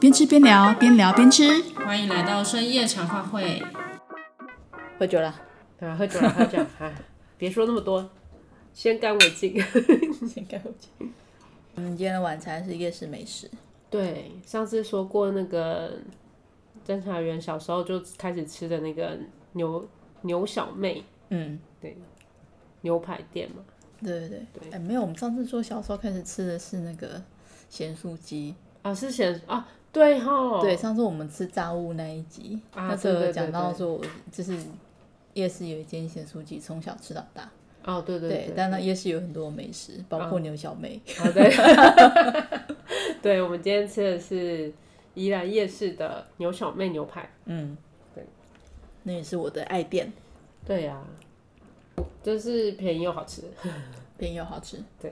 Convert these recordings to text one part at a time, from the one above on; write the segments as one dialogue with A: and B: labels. A: 边吃边聊，边聊边吃。
B: 欢迎来到深夜茶话会。
C: 喝酒了，
D: 对吧？喝酒了，喝酒，哎，别说那么多，先干为敬。
C: 先干我酒。我嗯们今天的晚餐是夜市美食，
D: 对，上次说过那个侦查员小时候就开始吃的那个牛牛小妹
C: 嗯，
D: 牛排店嘛，
C: 对对对，
D: 对
C: 哎、没有，我们上次说小时候开始吃的是那个咸酥鸡，
D: 啊，是显啊，对哈，
C: 对，，上次我们吃炸物那一集，
D: 啊
C: 那时
D: 对
C: 候
D: 对对
C: 讲到
D: 对
C: 说，我就是夜市有一间咸酥鸡，从小吃到大，
D: 哦，对对对，
C: 但那夜市有很多美食，包括
D: 嗯
C: 牛小妹，
D: 好的， 对，我们今天吃的是宜兰夜市的牛小妹牛排。
C: 嗯，
D: 对，
C: 那也是我的爱店，
D: 对啊呀、真是便宜又好吃。
C: 便宜又好吃，
D: 对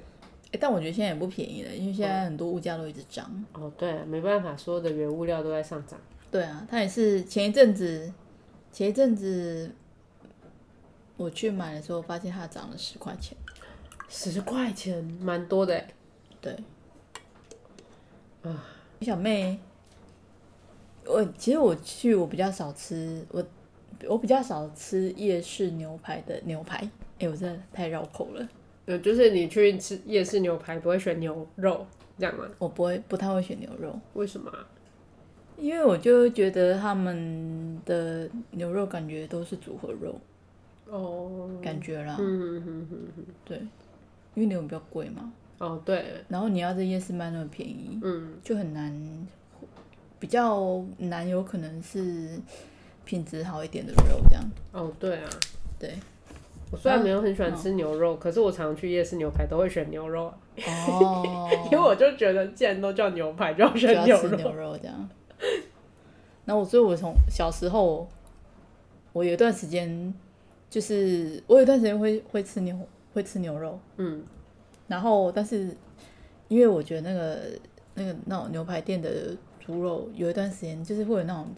C: 哎，但我觉得现在也不便宜了，因为现在很多物价都一直涨。
D: 哦，对，没办法，所有的原物料都在上涨。
C: 对啊，他也是前一阵子，前一阵子我去买的时候，发现它涨了十块钱。
D: 十块钱，蛮多的欸。
C: 对，小妹，我其实我去我比较少吃，我我比较少吃夜市牛排的牛排。哎、我真的太绕口了，
D: 呃，就是你去吃夜市牛排，不会选牛肉，这样吗？
C: 我不会不太会选牛肉，
D: 为什么啊？
C: 因为我就觉得他们的牛肉感觉都是组合肉，
D: 哦，
C: 感觉啦，
D: 嗯哼哼哼，
C: 对，因为牛比较贵嘛。
D: 哦，对，
C: 然后你要在夜市卖那么便宜，
D: 嗯，
C: 就很难，比较难，有可能是品质好一点的肉这样。
D: 哦，对啊。
C: 对，
D: 我虽然没有很喜
C: 嗯
D: 欢吃牛肉，可是我常去夜市牛排都会选牛肉啊，
C: 哦，
D: 因为我就觉得既然都叫牛排，就要
C: 就
D: 选
C: 要
D: 牛
C: 吃
D: 肉。
C: 牛肉这样。然后我，所以我从小时候，我有一段时间，就是我有一段时间会会吃牛，会吃牛肉，
D: 嗯，
C: 然后但是因为我觉得那个那个那种牛排店的猪肉，有一段时间就是会有那种。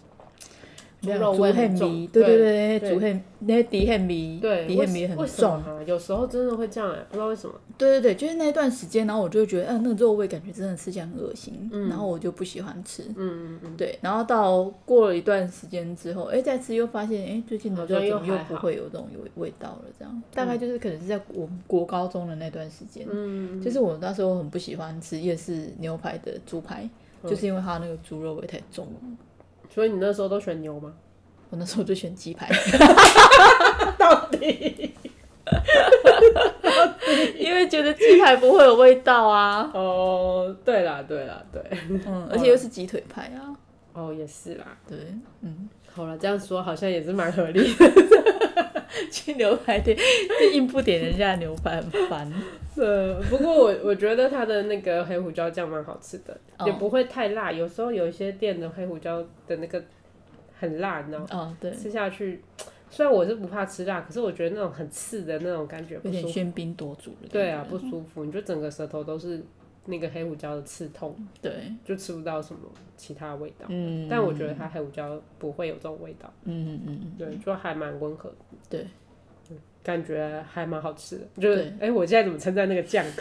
D: 猪肉
C: 猪
D: 味
C: 汉
D: 很重
C: 米，对
D: 对
C: 对
D: 对
C: 对，猪汉那些底汉米，
D: 对，
C: 底汉米很
D: 为什
C: 重
D: 么，啊？有时候真的会这样哎、不知道为什么。
C: 对对对，就是那一段时间，然后我就会觉得，嗯、那个肉味感觉真的吃起来很恶心，
D: 嗯
C: 然后我就不喜欢吃，
D: 嗯嗯嗯，
C: 对，然后到过了一段时间之后，哎，再吃又发现，哎，最近的
D: 好
C: 肉
D: 像
C: 怎
D: 又
C: 么又
D: 还
C: 不
D: 好
C: 会有这种有味道了？这样，大概就是可能是在我们国高中的那段时间，
D: 嗯，
C: 就是我那时候很不喜欢吃夜市牛排的猪排，
D: 嗯
C: 就是因为它那个猪肉味太重了。
D: 所以你那时候都选牛吗？
C: 我那时候就选鸡排，
D: 到底？
C: 因为觉得鸡排不会有味道啊，
D: 哦，对啦，对啦，对，
C: 嗯，而且又是鸡腿排啊，
D: 哦，也是啦。
C: 对，嗯，
D: 好了，这样说好像也是蛮合 理的。
C: 去牛排 店就硬不点人家的牛排很烦，
D: 呃，不过我我觉得它的那个黑胡椒酱蛮好吃的，
C: 哦
D: 也不会太辣。有时候有一些店的黑胡椒的那个很辣，你知道吗？
C: 哦，对，
D: 吃下去，虽然我是不怕吃辣，可是我觉得那种很刺的那种感觉不
C: 有点
D: 舒服。
C: 喧宾夺主了，
D: 对啊，不舒服，你就整个舌头都是那个黑胡椒的刺痛，
C: 对，
D: 就吃不到什么其他味道。
C: 嗯，
D: 但我觉得它黑胡椒不会有这种味道，
C: 嗯，嗯嗯嗯。
D: 对，就还蛮温和的。
C: 对
D: 嗯，感觉还蛮好吃的。就是
C: 对
D: 哎、我现在怎么称赞那个酱？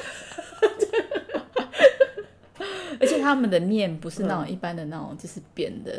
C: 而且他们的面不是那种一般的那种，就是扁的、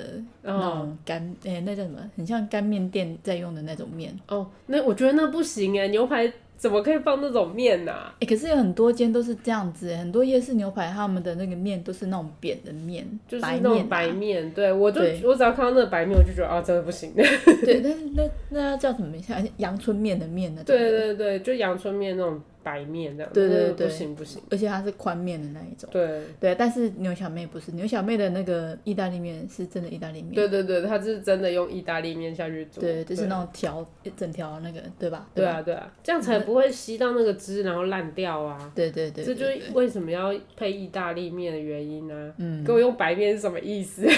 C: 那
D: 嗯哦
C: 种干，诶、那叫什么？很像干面店在用的那种面。
D: 哦，那我觉得那不行哎，牛排怎么可以放那种面呐、啊？
C: 诶、可是有很多间都是这样子、诶很多夜市牛排他们的那个面都是那种扁的面，
D: 就是
C: 白
D: 那
C: 面、啊
D: 种、白面，对我就
C: 对
D: 我只要看到那个白面，我就觉得啊，真的不行。
C: 对，那那那叫什么？像阳春面的面那种。
D: 对。对对，就阳春面那种白面这样。
C: 对对
D: 那个
C: 对
D: 不行不行。
C: 而且它是宽面的那一种。
D: 对
C: 对，但是牛小妹不是，牛小妹的那个意大利面是真的意大利面。
D: 对对对，它是真的用意大利面下去煮。
C: 对，就是那种条一整条那个，对吧？
D: 对
C: 吧？
D: 啊对啊，这样才不会吸到那个汁，然后烂掉啊。
C: 对对对
D: 这
C: 对
D: 就
C: 对
D: 是为什么要配意大利面的原因呢、
C: 嗯
D: 给我用白面是什么意思？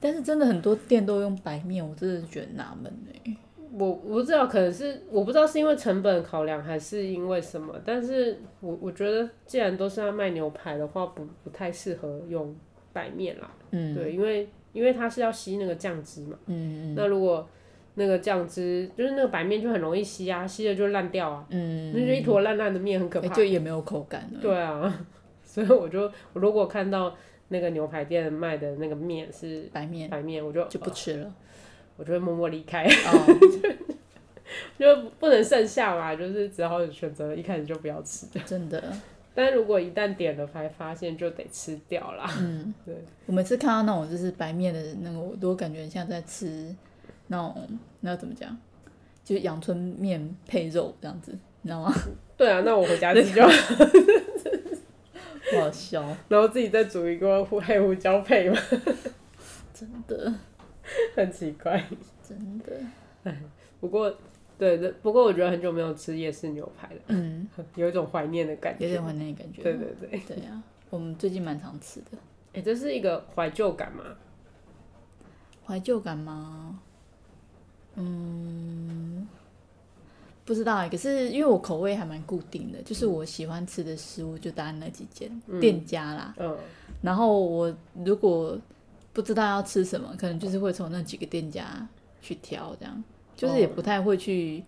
C: 但是真的很多店都用白面，我真的觉得纳闷哎。
D: 我我不知道，可能是我不知道是因为成本考量还是因为什么，但是我我觉得既然都是要卖牛排的话，不不太适合用白面啦。
C: 嗯，
D: 对，因为因为它是要吸那个酱汁嘛，
C: 嗯，嗯
D: 那如果那个酱汁就是那个白面就很容易吸啊，吸了就烂掉啊，
C: 嗯，
D: 那就一坨烂烂的面很可
C: 哎
D: 怕。
C: 就也没有口感了。
D: 对啊，所以我就我如果看到那个牛排店卖的那个面是
C: 白面
D: 白面，我就呃
C: 就不吃了。
D: 我就会默默离开，
C: 哦，
D: 就不能剩下嘛，就是只好选择一开始就不要吃。
C: 真的，
D: 但如果一旦点了才发现，就得吃掉啦。
C: 嗯，
D: 对，
C: 我每次看到那种就是白面的那个，我都感觉像在吃那种那要怎么讲，就是阳春面配肉这样子，你知道吗？
D: 对啊，那我回家吃就好，
C: 不好笑，哦
D: 然后自己再煮一个胡黑胡椒配嘛，
C: 真的，
D: 很奇怪。
C: 真的，
D: 不过，对，这不过我觉得很久没有吃夜市牛排了，
C: 嗯，
D: 有一种怀念的感觉。
C: 有点怀念的感觉。
D: 对对对，
C: 对啊，我们最近蛮常吃的，
D: 哎、这是一个怀旧感嘛？
C: 怀旧感吗？嗯，不知道欸。可是因为我口味还蛮固定的，
D: 嗯
C: 就是我喜欢吃的食物就大概那几间、店家啦。
D: 嗯，
C: 然后我如果不知道要吃什么，可能就是会从那几个店家去挑，这样就是
D: 哦
C: 也不太会去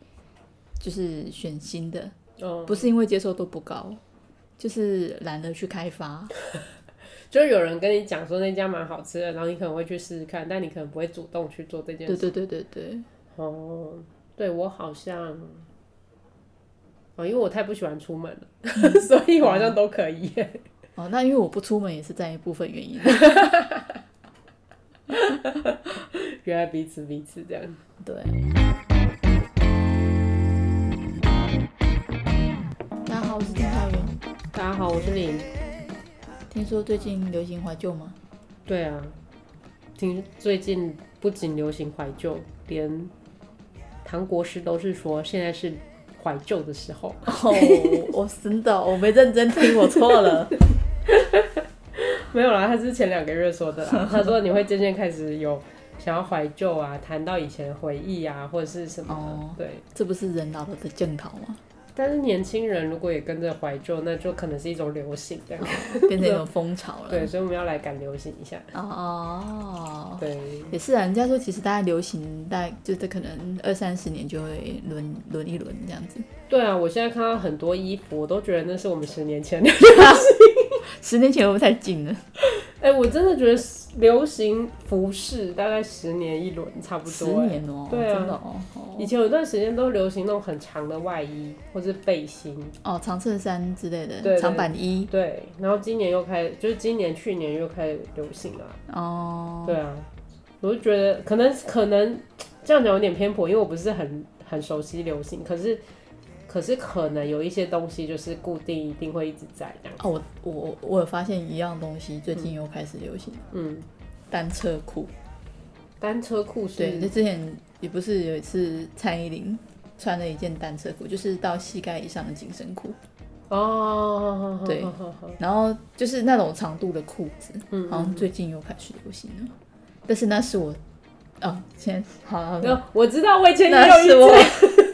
C: 就是选新的，
D: 哦、
C: 不是因为接受度不高，就是懒得去开发。
D: 就是有人跟你讲说那家蛮好吃的，然后你可能会去试试看，但你可能不会主动去做这件
C: 对
D: 事。
C: 对对对对，
D: 哦，对我好像，哦，因为我太不喜欢出门了， 所以我好像都可以。
C: 哦，那因为我不出门也是占一部分原因。
D: 原来彼此彼此这样。
C: 对。大家好，我是金泰源。
D: 大家好，我是林。
C: 听说最近流行怀旧吗？
D: 对啊，听最近不仅流行怀旧，连唐国师都是说现在是怀旧的时候。
C: 哦，我真的我没认真听，我错了。
D: 没有啦，他是前两个月说的 啦。他说你会渐渐开始有想要怀旧啊，谈到以前的回忆啊，或者是什么的。
C: 哦
D: 对，
C: 这不是人老了的征讨吗？
D: 但是年轻人如果也跟着怀旧，那就可能是一种流行这样。
C: 变成一种风潮 了。
D: 对，所以我们要来赶流行一下。
C: 哦，
D: 对，
C: 也是啊。人家说其实大概流行，大概就是可能二三十年就会轮轮一轮这样 子。
D: 对啊，我现在看到很多衣服，我都觉得那是我们十年前的
C: 十年前会不会太近了？
D: 哎、我真的觉得流行服饰大概十年一轮差不
C: 十
D: 多、哎
C: 年哦、
D: 对啊
C: 真的哦、哦
D: 以前有段时间都流行那种很长的外衣或是背心，
C: 哦，长衬衫之类的，
D: 对对
C: 长版衣
D: 对，然后今年又开，就是今年去年又开始流行了、啊
C: 哦。
D: 对啊，我就觉得可能可能这样讲有点偏颇，因为我不是很很熟悉流行，可是可是可能有一些东西就是固定一定会一直在这样，
C: 哦，我我我有发现一样东西，最近又开始流行、
D: 嗯，
C: 单车裤。
D: 单车裤是
C: 对，就之前也不是有一次蔡依林穿了一件单车裤，就是到膝盖以上的紧身裤，
D: 哦，
C: 对
D: 好好好
C: 然后就是那种长度的裤子，
D: 嗯
C: 好像最近又开始流行了。但是那是我，哦，先好了好了，
D: 那我知道，我以前也
C: 那
D: 有一
C: 是
D: 件
C: 我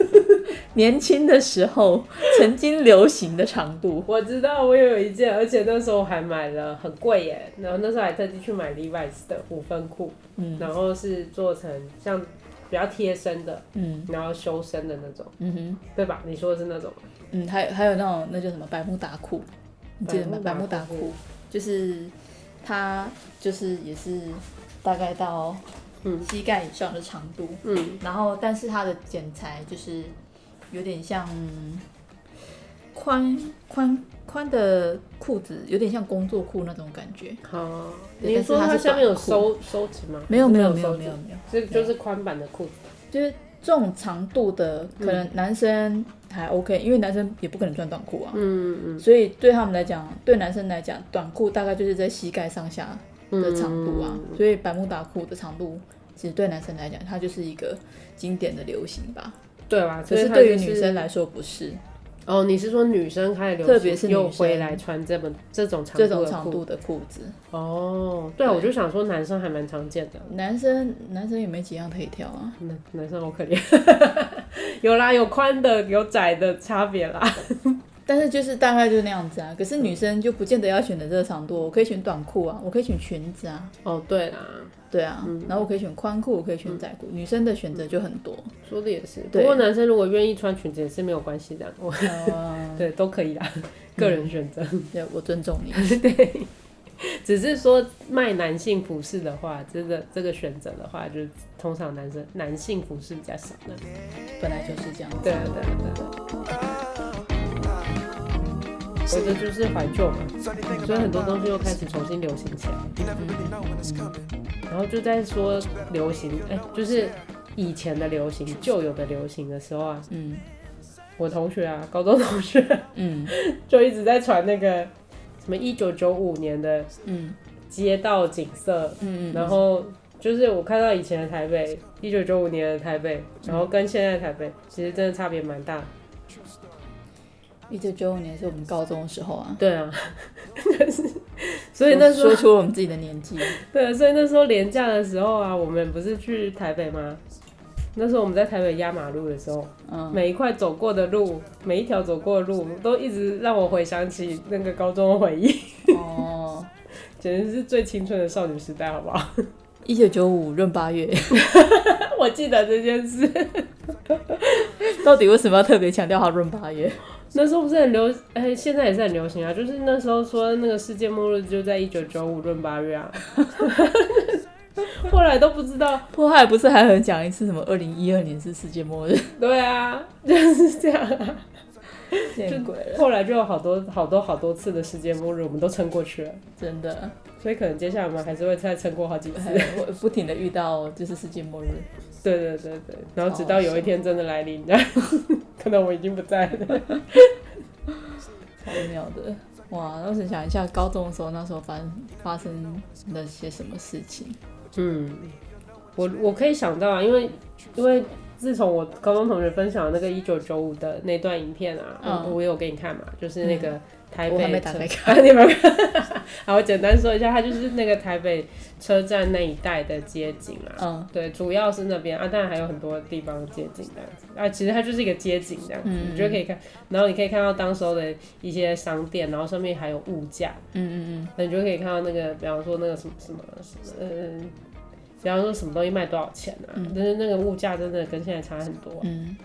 C: 年轻的时候曾经流行的长度。
D: 我知道，我也有一件，而且那时候还买了，很贵耶。然后那时候还特地去买 Levi's 的五分裤，
C: 嗯
D: 然后是做成像比较贴身的，
C: 嗯
D: 然后修身的那种，
C: 嗯哼。
D: 对吧？你说的是那种吗
C: 嗯，还有还有那种那叫什么百慕达裤，你记得吗？百
D: 百
C: 慕
D: 慕
C: 达
D: 达裤
C: 裤就是它就是也是大概到
D: 嗯
C: 膝盖以上的长度，
D: 嗯，
C: 然后但是它的剪裁就是有点像宽宽宽的裤子，有点像工作裤那种感觉。
D: 好，
C: 对
D: 你说
C: 但是它
D: 它
C: 是
D: 下面有
C: 短裤
D: 收收紧吗？
C: 没有没有
D: 是
C: 没有
D: 收紧
C: 没有，没有，
D: 这就是宽版的裤子。
C: 就是这种长度的，可能男生还 OK，、因为男生也不可能穿短裤啊。
D: 嗯嗯
C: 所以对他们来讲，对男生来讲，短裤大概就是在膝盖上下的长度
D: 嗯
C: 啊。所以百慕达裤的长度，其实对男生来讲，它就是一个经典的流行吧。
D: 嗯，对吧？
C: 可是
D: 所以它
C: 对于
D: 就
C: 女生来说，不是
D: 哦，你是说女生开始流行，
C: 特别是女生
D: 又回来穿这么这种长
C: 这
D: 度
C: 种
D: 的
C: 长
D: 裤
C: 度的裤子，
D: 哦，对啊，
C: 对
D: 我就想说男生还蛮常见的，
C: 男生男生也没几样可以挑啊。
D: 男男生好可怜， 有啦，有宽的，有窄的差别啦。
C: 但是就是大概就那样子啊。可是女生就不见得要选择这个长度，我可以选短裤啊，我可以选裙子啊，
D: 哦，对啦，
C: 对啊，
D: 嗯
C: 然后我可以选宽裤，我可以选窄裤，女生的选择就很多。
D: 说的也是。不
C: 对
D: 过男生如果愿意穿裙子也是没有关系的，啊我
C: 呃，
D: 对都可以啦，个人选择。
C: 对我尊重你。
D: 只是说卖男性服饰的话，这个这个选择的话，就是通常男生男性服饰比较少的。
C: 本来就是这样。
D: 对啊，对啊，对啊对啊。我觉得就是怀旧嘛，所以很多东西又开始重新流行起来。然后就在说流行，哎、就是以前的流行、旧有的流行的时候啊，
C: 嗯
D: 我同学啊，高中同学
C: 嗯
D: 就一直在传那个什么一九九五年的
C: 嗯
D: 街道景色，
C: 嗯嗯，
D: 然后就是我看到以前的台北，一九九五年的台北，然后跟现在的台北，其实真的差别蛮大的。
C: 一九九五年是我们高中的时候啊，
D: 对 啊，所以那时候
C: 说出我们自己的年纪。
D: 对，所以那时候廉价的时候啊，我们不是去台北吗？那时候我们在台北压马路的时候，
C: 嗯，
D: 每一块走过的路，每一条走过的路，都一直让我回想起那个高中的回忆，
C: 哦，
D: 简直是最青春的少女时代，好不好？
C: 一九九五闰八月，
D: 我记得这件事，
C: 到底为什么要特别强调它闰八月？
D: 那时候不是很流，哎、现在也是很流行啊，就是那时候说那个世界末日就在一九九五闰八月啊， 后来都不知道
C: 破坏不是还很讲一次什么二零一二年是世界末 日？
D: 对啊，就是这样、啊。
C: 见鬼了，
D: 后来就有好多好多好多次的世界末日，我们都撑过去了。
C: 真的，
D: 所以可能接下来我们还是会再撑过好几 次。
C: 我不停的遇到就是世界末日。
D: 对对对对，然后直到有一天真的来临，这样 可能我已经不在了。
C: 超妙的。哇，我想想一下，高中的时候，那时候发生发生了些什么事情？
D: 嗯，我我可以想到啊，因为因为自从我高中同学分享那个一九九五的那段影片啊，
C: 嗯
D: 我我有给你看嘛，就是那个台
C: 我
D: 北
C: 还没
D: 车
C: 打开
D: 啊， 你们好，我简单说一下，它就是那个台北车站那一带的街景啊，
C: 嗯
D: 对，主要是那边啊，当然还有很多地方的街景这样子啊，其实它就是一个街景这样子，
C: 嗯
D: 你就可以看，然后你可以看到当时候的一些商店，然后上面还有物价，
C: 嗯嗯
D: 那你就可以看到那个，比方说那个什么什么什么，呃，比方说什么东西卖多少钱啊，
C: 嗯
D: 但是那个物价真的跟现在差很多。啊
C: 嗯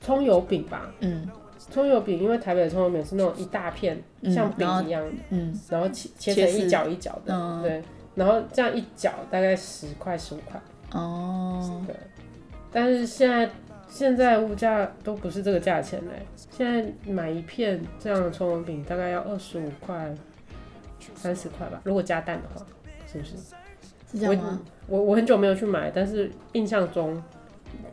D: 葱油饼吧，
C: 嗯
D: 葱油饼，因为台北的葱油饼是那种一大片，
C: 嗯
D: 像
C: 然后
D: 饼一样，
C: 嗯
D: 然后切切
C: 切
D: 成一
C: 丝
D: 角一角的，
C: 嗯
D: 对，然后这样一角大概十块十五块。
C: 嗯，哦，
D: 对，但是现在现在物价都不是这个价钱嘞，现在买一片这样的葱油饼大概要二十五块、三十块吧，如果加蛋的话，是不是？
C: 是这样吗？
D: 我我很久没有去买，但是印象中。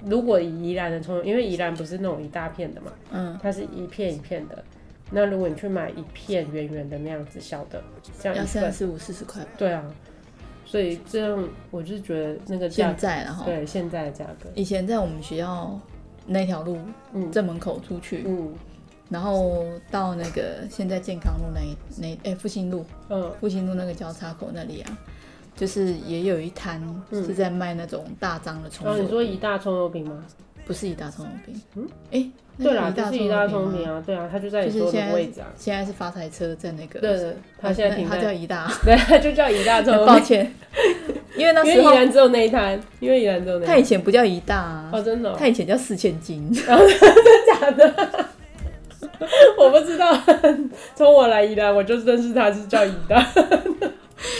D: 如果以宜兰的葱油，因为宜兰不是那种一大片的嘛，
C: 嗯，
D: 它是一片一片的。那如果你去买一片圆圆的那样子小的，这样
C: 要
D: 一
C: 三
D: 份，
C: 十五四十块吧。
D: 对啊，所以这样我就觉得那个价
C: 现，在然后
D: 对现在的价格，
C: 以前在我们学校那条路
D: 嗯
C: 正门口出去，
D: 嗯
C: 然后到那个现在健康路那一那哎复兴路
D: 嗯，
C: 复兴路那个交叉口那里啊，就是也有一摊
D: 嗯
C: 是在卖那种大张的葱
D: 然后
C: 油
D: 哦啊你说一大葱油饼吗？
C: 不是一大葱油饼，
D: 嗯
C: 嗯，哎，那
D: 对啦，就
C: 叫
D: 是一大葱油
C: 吗
D: 饼啊，对啊，它就在
C: 就
D: 你
C: 是
D: 说
C: 现
D: 的
C: 在
D: 位置啊。
C: 现在是发财车在那个，
D: 对，对，它现在停
C: 它叫
D: 在，
C: 宜 大，
D: 对，它就叫一大葱油
C: 抱
D: 饼，
C: 歉，因为那
D: 因为
C: 时
D: 宜
C: 候
D: 兰只有那一摊，因为宜兰只有那
C: 它
D: 一
C: 以前不叫宜大啊
D: 摊。，哦，真的哦，
C: 它以前叫四千金，
D: 真假的？ 我不知道，从我来宜兰，我就认识它是叫宜大。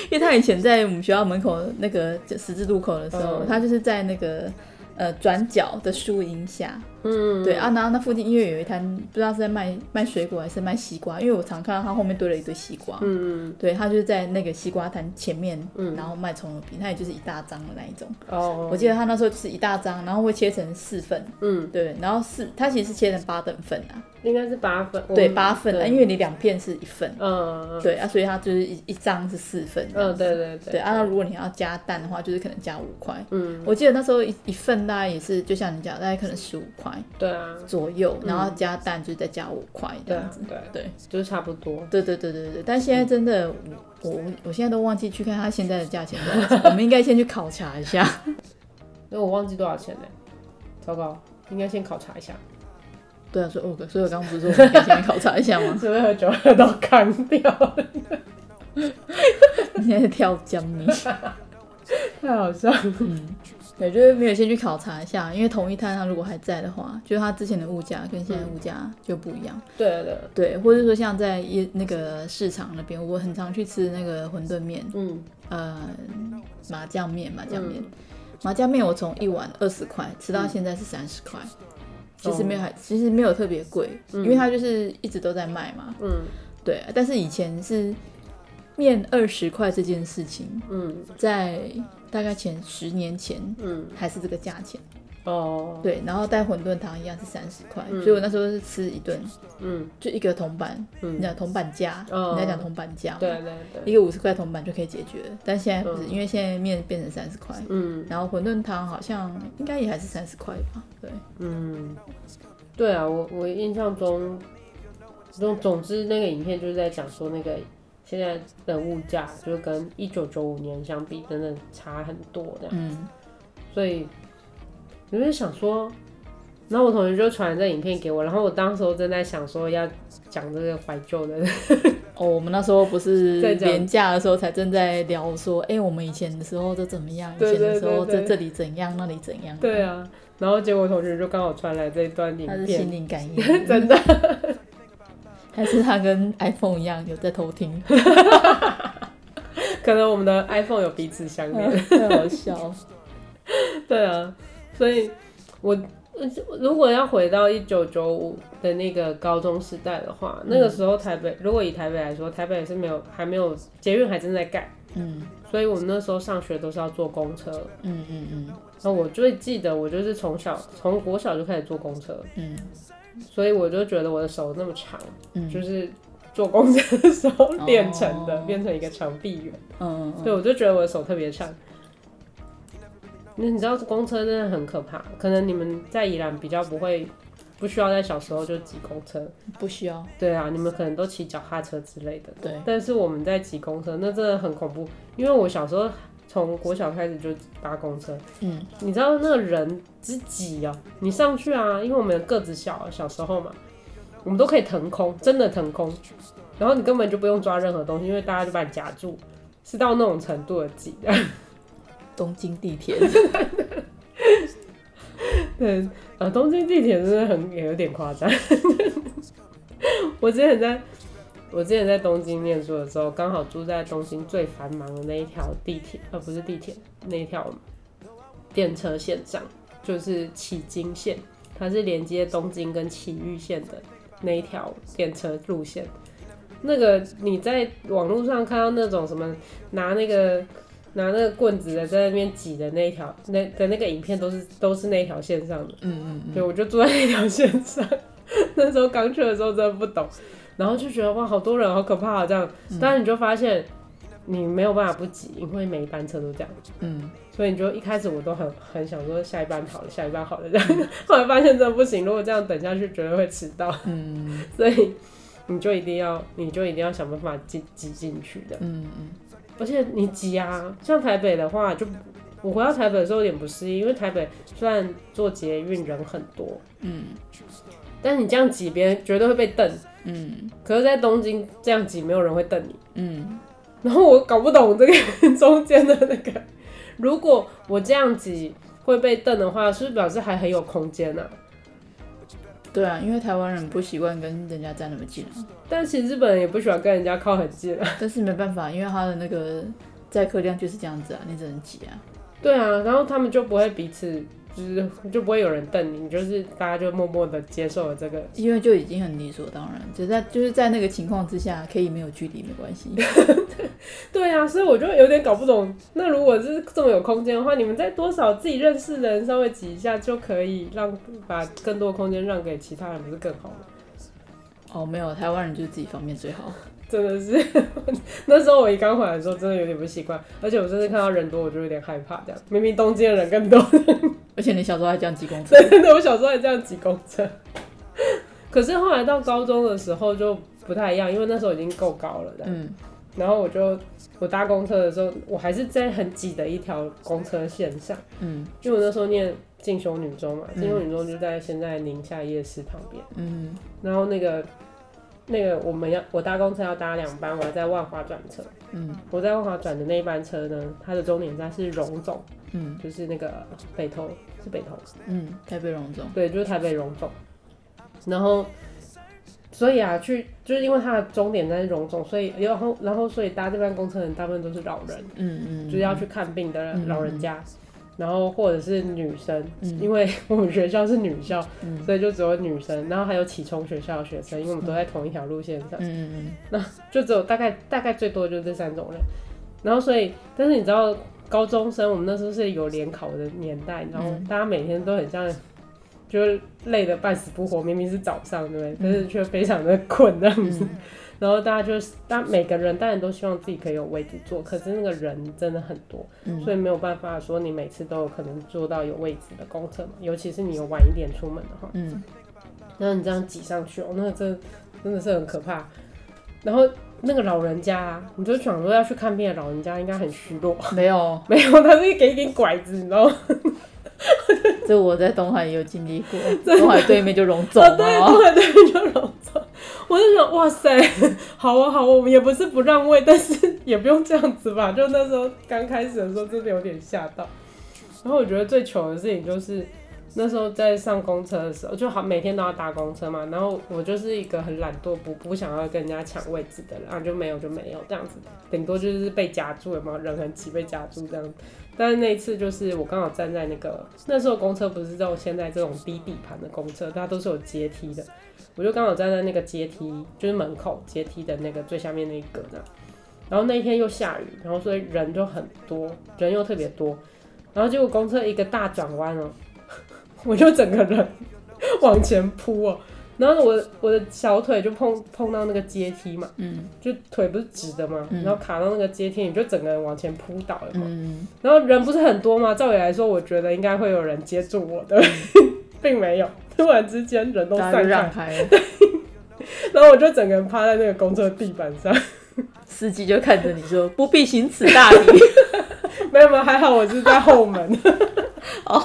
C: 因为它以前在我们学校门口那个就十字路口的时候，
D: 嗯
C: 它就是在那个。呃，转角的树荫下，
D: 嗯，
C: 对啊，然后那附近因为有一摊，不知道是在卖卖水果还是卖西瓜，因为我常看到它后面堆了一堆西瓜，
D: 嗯，
C: 对，它就是在那个西瓜摊前面，
D: 嗯
C: 然后卖葱油饼，它也就是一大张的那一种，
D: 哦，
C: 我记得他那时候就是一大张，然后会切成四份，
D: 嗯，
C: 对，然后四它其实是切成八等份啊，
D: 应该是八份，我
C: 对，
D: 们
C: 八份啊，
D: 哦对
C: 因为你两片是一份，
D: 嗯，嗯
C: 对啊，所以它就是一一张是四份这样
D: 嗯，
C: 子，
D: 对对
C: 对啊，那如果你要加蛋的话，就是可能加五块。
D: 嗯，
C: 我记得那时候一一份大概也是，就像你讲，大概可能十五块
D: 对啊，
C: 左右，然后加蛋就是再加五块这
D: 对
C: 样
D: 啊
C: 子。，
D: 对，
C: 对
D: 就是差不多。
C: 对对对对对，但现在真的，我我我现在都忘记去看它现在的价钱多少 钱，我们应该先去考察一下。
D: 那我忘记多少钱了，糟糕，应该先考察一下。
C: 对啊，所以我所以我刚刚不是说我们应该先去考察一下吗？
D: 是不是喝酒喝到扛掉了？
C: 你现在跳江你，
D: 太好笑了。
C: 嗯，对，就是没有先去考察一下，因为同一摊它如果还在的话，就是它之前的物价跟现在物价就不一样。
D: 对的，
C: 对，或者说像在夜那个市场那边，我很常去吃那个馄饨面，
D: 嗯，
C: 呃，麻酱面，麻酱面，麻酱面，我从一碗二十块吃到现在是三十块，其实没有还，其实没有特别贵，因为它就是一直都在卖嘛，
D: 嗯
C: 对。但是以前是面二十块这件事情，
D: 嗯
C: 在大概前十年前
D: 嗯，
C: 还是这个价钱，
D: 哦，
C: 对。然后带馄饨汤一样是三十块，所以我那时候是吃一顿
D: 嗯，
C: 就一个铜板，
D: 嗯
C: 你讲铜板价，
D: 哦
C: 你在讲铜板价，
D: 对，对对，
C: 一个五十块铜板就可以解决了，但现在不是，
D: 嗯
C: 因为现在面变成三十块，
D: 嗯
C: 然后馄饨汤好像应该也还是三十块吧，对，
D: 嗯，对啊，我我印象中，总总之那个影片就是在讲说那个。现在的物价就是跟一九九五年相比，真的差很多的。
C: 嗯，
D: 所以我就想说，然后我同学就传这影片给我，然后我当时候正在想说要讲这个怀旧的，
C: 哦，我们那时候不是
D: 在讲
C: 廉价的时候才正在聊说，哎、我们以前的时候都怎么样，以
D: 对
C: 前的
D: 对
C: 时候
D: 对
C: 在
D: 对
C: 这里怎样，那里怎样，
D: 对，啊，然后结果我同学就刚好传来这一段影
C: 他是心
D: 片，
C: 灵感应，
D: 真的，
C: 还是他跟 iPhone 一样有在偷听，
D: 可能我们的 iPhone 有彼此相连，
C: 太好笑，
D: 对啊，所以我。如果要回到一九九五的那个高中时代的话，那个时候台北，如果以台北来说，台北是没有还没有捷运还正在盖，
C: 嗯
D: 所以我们那时候上学都是要坐公车，
C: 嗯嗯嗯
D: 那我最记得，我就是从小从国小就开始坐公车，
C: 嗯
D: 所以我就觉得我的手那么长，
C: 嗯，
D: 就是坐公车的时候
C: 哦
D: 练成的，变成一个长臂猿。
C: 嗯嗯
D: 对，我就觉得我的手特别长。那你知道公车真的很可怕，可能你们在宜兰比较不会，不需要在小时候就挤公车。
C: 嗯，不需要，
D: 对啊，你们可能都骑脚踏车之类的。
C: 对，
D: 但是我们在挤公车，那真的很恐怖，因为我小时候从国小开始就搭公车，
C: 嗯
D: 你知道那个人之挤啊，你上去啊，因为我们个子小，小时候嘛，我们都可以腾空，真的腾空，然后你根本就不用抓任何东西，因为大家就把你夹住，是到那种程度的挤。
C: 东京地铁，
D: 对，呃，东京地铁真的很也有点夸张。 我之前在，我之前在东京念书的时候，刚好住在东京最繁忙的那一条地铁，呃，不是地铁，那一条电车线上，就是崎京线，它是连接东京跟埼玉县的那一条电车路线。那个你在网络上看到那种什么拿那个拿那个棍子的在那边挤的那一条那的那个影片都是都是那一条线上的，
C: 嗯嗯
D: 对，我就住在那条线上。 那时候刚去的时候真的不懂，然后就觉得哇，好多人，好可怕啊！这样，
C: 嗯
D: 但是你就发现你没有办法不挤，因为每一班车都这样，
C: 嗯
D: 所以你就一开始我都很很想说下一班好了，下一班好了这样， 后来发现真的不行，如果这样等下去绝对会迟到，
C: 嗯
D: 所以你就一定要你就一定要想办法挤挤进去的。
C: 嗯嗯，
D: 而且你挤啊，像台北的话，就我回到台北的时候有点不适应，因为台北虽然坐捷运人很多，
C: 嗯，
D: 但你这样挤，别人绝对会被瞪。
C: 嗯
D: 可是，在东京这样挤，没有人会瞪你。
C: 嗯
D: 然后我搞不懂这个中间的那个，如果我这样挤会被瞪的话，是不是表示还很有空间呢、啊？
C: 对啊，因为台湾人不习惯跟人家站那么近啊，
D: 但其实日本人也不喜欢跟人家靠很近啊。
C: 但是没办法，因为他的那个载客量就是这样子啊，你只能挤啊。
D: 对啊，然后他们就不会彼此，就是就不会有人瞪你，你就是大家就默默的接受了这个
C: 因为就已经很理所当然，就在就是在那个情况之下，可以没有距离没关系。
D: 对啊，所以我就有点搞不懂，那如果是这么有空间的话，你们再多少自己认识的人稍微挤一下，就可以让把更多空间让给其他人，不是更好吗？
C: 哦，没有，台湾人就是自己方便最好。
D: 真的是， 那时候我一刚回来的时候，真的有点不习惯，而且我真的看到人多，我就有点害怕，这样明明东京的人更多，
C: 而且你小时候还这样挤公车，
D: 真的，我小时候也这样挤公车。可是后来到高中的时候就不太一样，因为那时候已经够高了，这样
C: 嗯
D: 然后我就我搭公车的时候，我还是在很挤的一条公车线上。
C: 嗯
D: 因为我那时候念进修女中嘛，进修女中就在现在宁夏夜市旁边，
C: 嗯
D: 然后那个那个我们要我搭公车要搭两班，我还在万华转车。
C: 嗯
D: 我在万华转的那一班车呢，它的终点站是荣总，
C: 嗯
D: 就是那个北投，是北投，
C: 嗯，台北荣总，
D: 对，就是台北荣总。然后，所以啊，去就是因为它的终点站是荣总，所以然后然后所以搭这班公车的人大部分都是老人，
C: 嗯嗯，
D: 就是要去看病的
C: 嗯
D: 老人家。然后或者是女生，
C: 嗯
D: 因为我们学校是女校，
C: 嗯
D: 所以就只有女生。然后还有启聪学校的学生，因为我们都在同一条路线上。
C: 嗯嗯
D: 就只有大概大概最多就是这三种人。然后所以，但是你知道，高中生我们那时候是有联考的年代，然后
C: 嗯
D: 大家每天都很像，就是累得半死不活。明明是早上，对不对？但是却非常的困这样
C: 嗯
D: 子。然后大家就是，大家每个人当然都希望自己可以有位置坐，可是那个人真的很多，
C: 嗯
D: 所以没有办法说你每次都有可能坐到有位置的公车嘛。尤其是你有晚一点出门的话，
C: 嗯嗯
D: 然后你这样挤上去，哦，那个真真的是很可怕。然后那个老人家、啊，你就想说要去看病的老人家应该很虚弱，
C: 没有，
D: 没有，他是给一根拐子，你知道吗？
C: 这我在东海也有经历 过，东海对面就荣总
D: 啊，对
C: 嘛，哦
D: 对对， 就老走。我就想，哇塞，好啊好啊，我们也不是不让位，但是 也不用这样子吧。就那时候刚开始的时候，真的有点吓到。然后我觉得最糗的事情就是那时候在上公车的时候，就好每天都要搭公车嘛。然后我就是一个很懒惰，不不想要跟人家抢位置的人，啊就没有就没有这样子，顶多就是被夹住，有没有人很挤被夹住这样。但是那一次就是我刚好站在那个那时候公车不是这种现在这种低底盘的公车，它都是有阶梯的，我就刚好站在那个阶梯，就是门口阶梯的那个最下面那一格那。然后那一天又下雨，然后所以人就很多，人又特别多，然后结果公车一个大转弯哦， 我就整个人往前扑哦，然后我我的小腿就碰碰到那个阶梯嘛，
C: 嗯
D: 就腿不是直的嘛，
C: 嗯
D: 然后卡到那个阶梯，你就整个人往前扑倒了嘛。
C: 嗯
D: 然后人不是很多吗？照理来说，我觉得应该会有人接住我的， 并没有。突然之间人都
C: 嗯，
D: 散
C: 大家
D: 开，
C: 就让开了，
D: 然后我就整个人趴在那个公车地板上。
C: 司机就看着你说不必行此大 礼，
D: 没有没有，还好我是在后门，
C: 哦，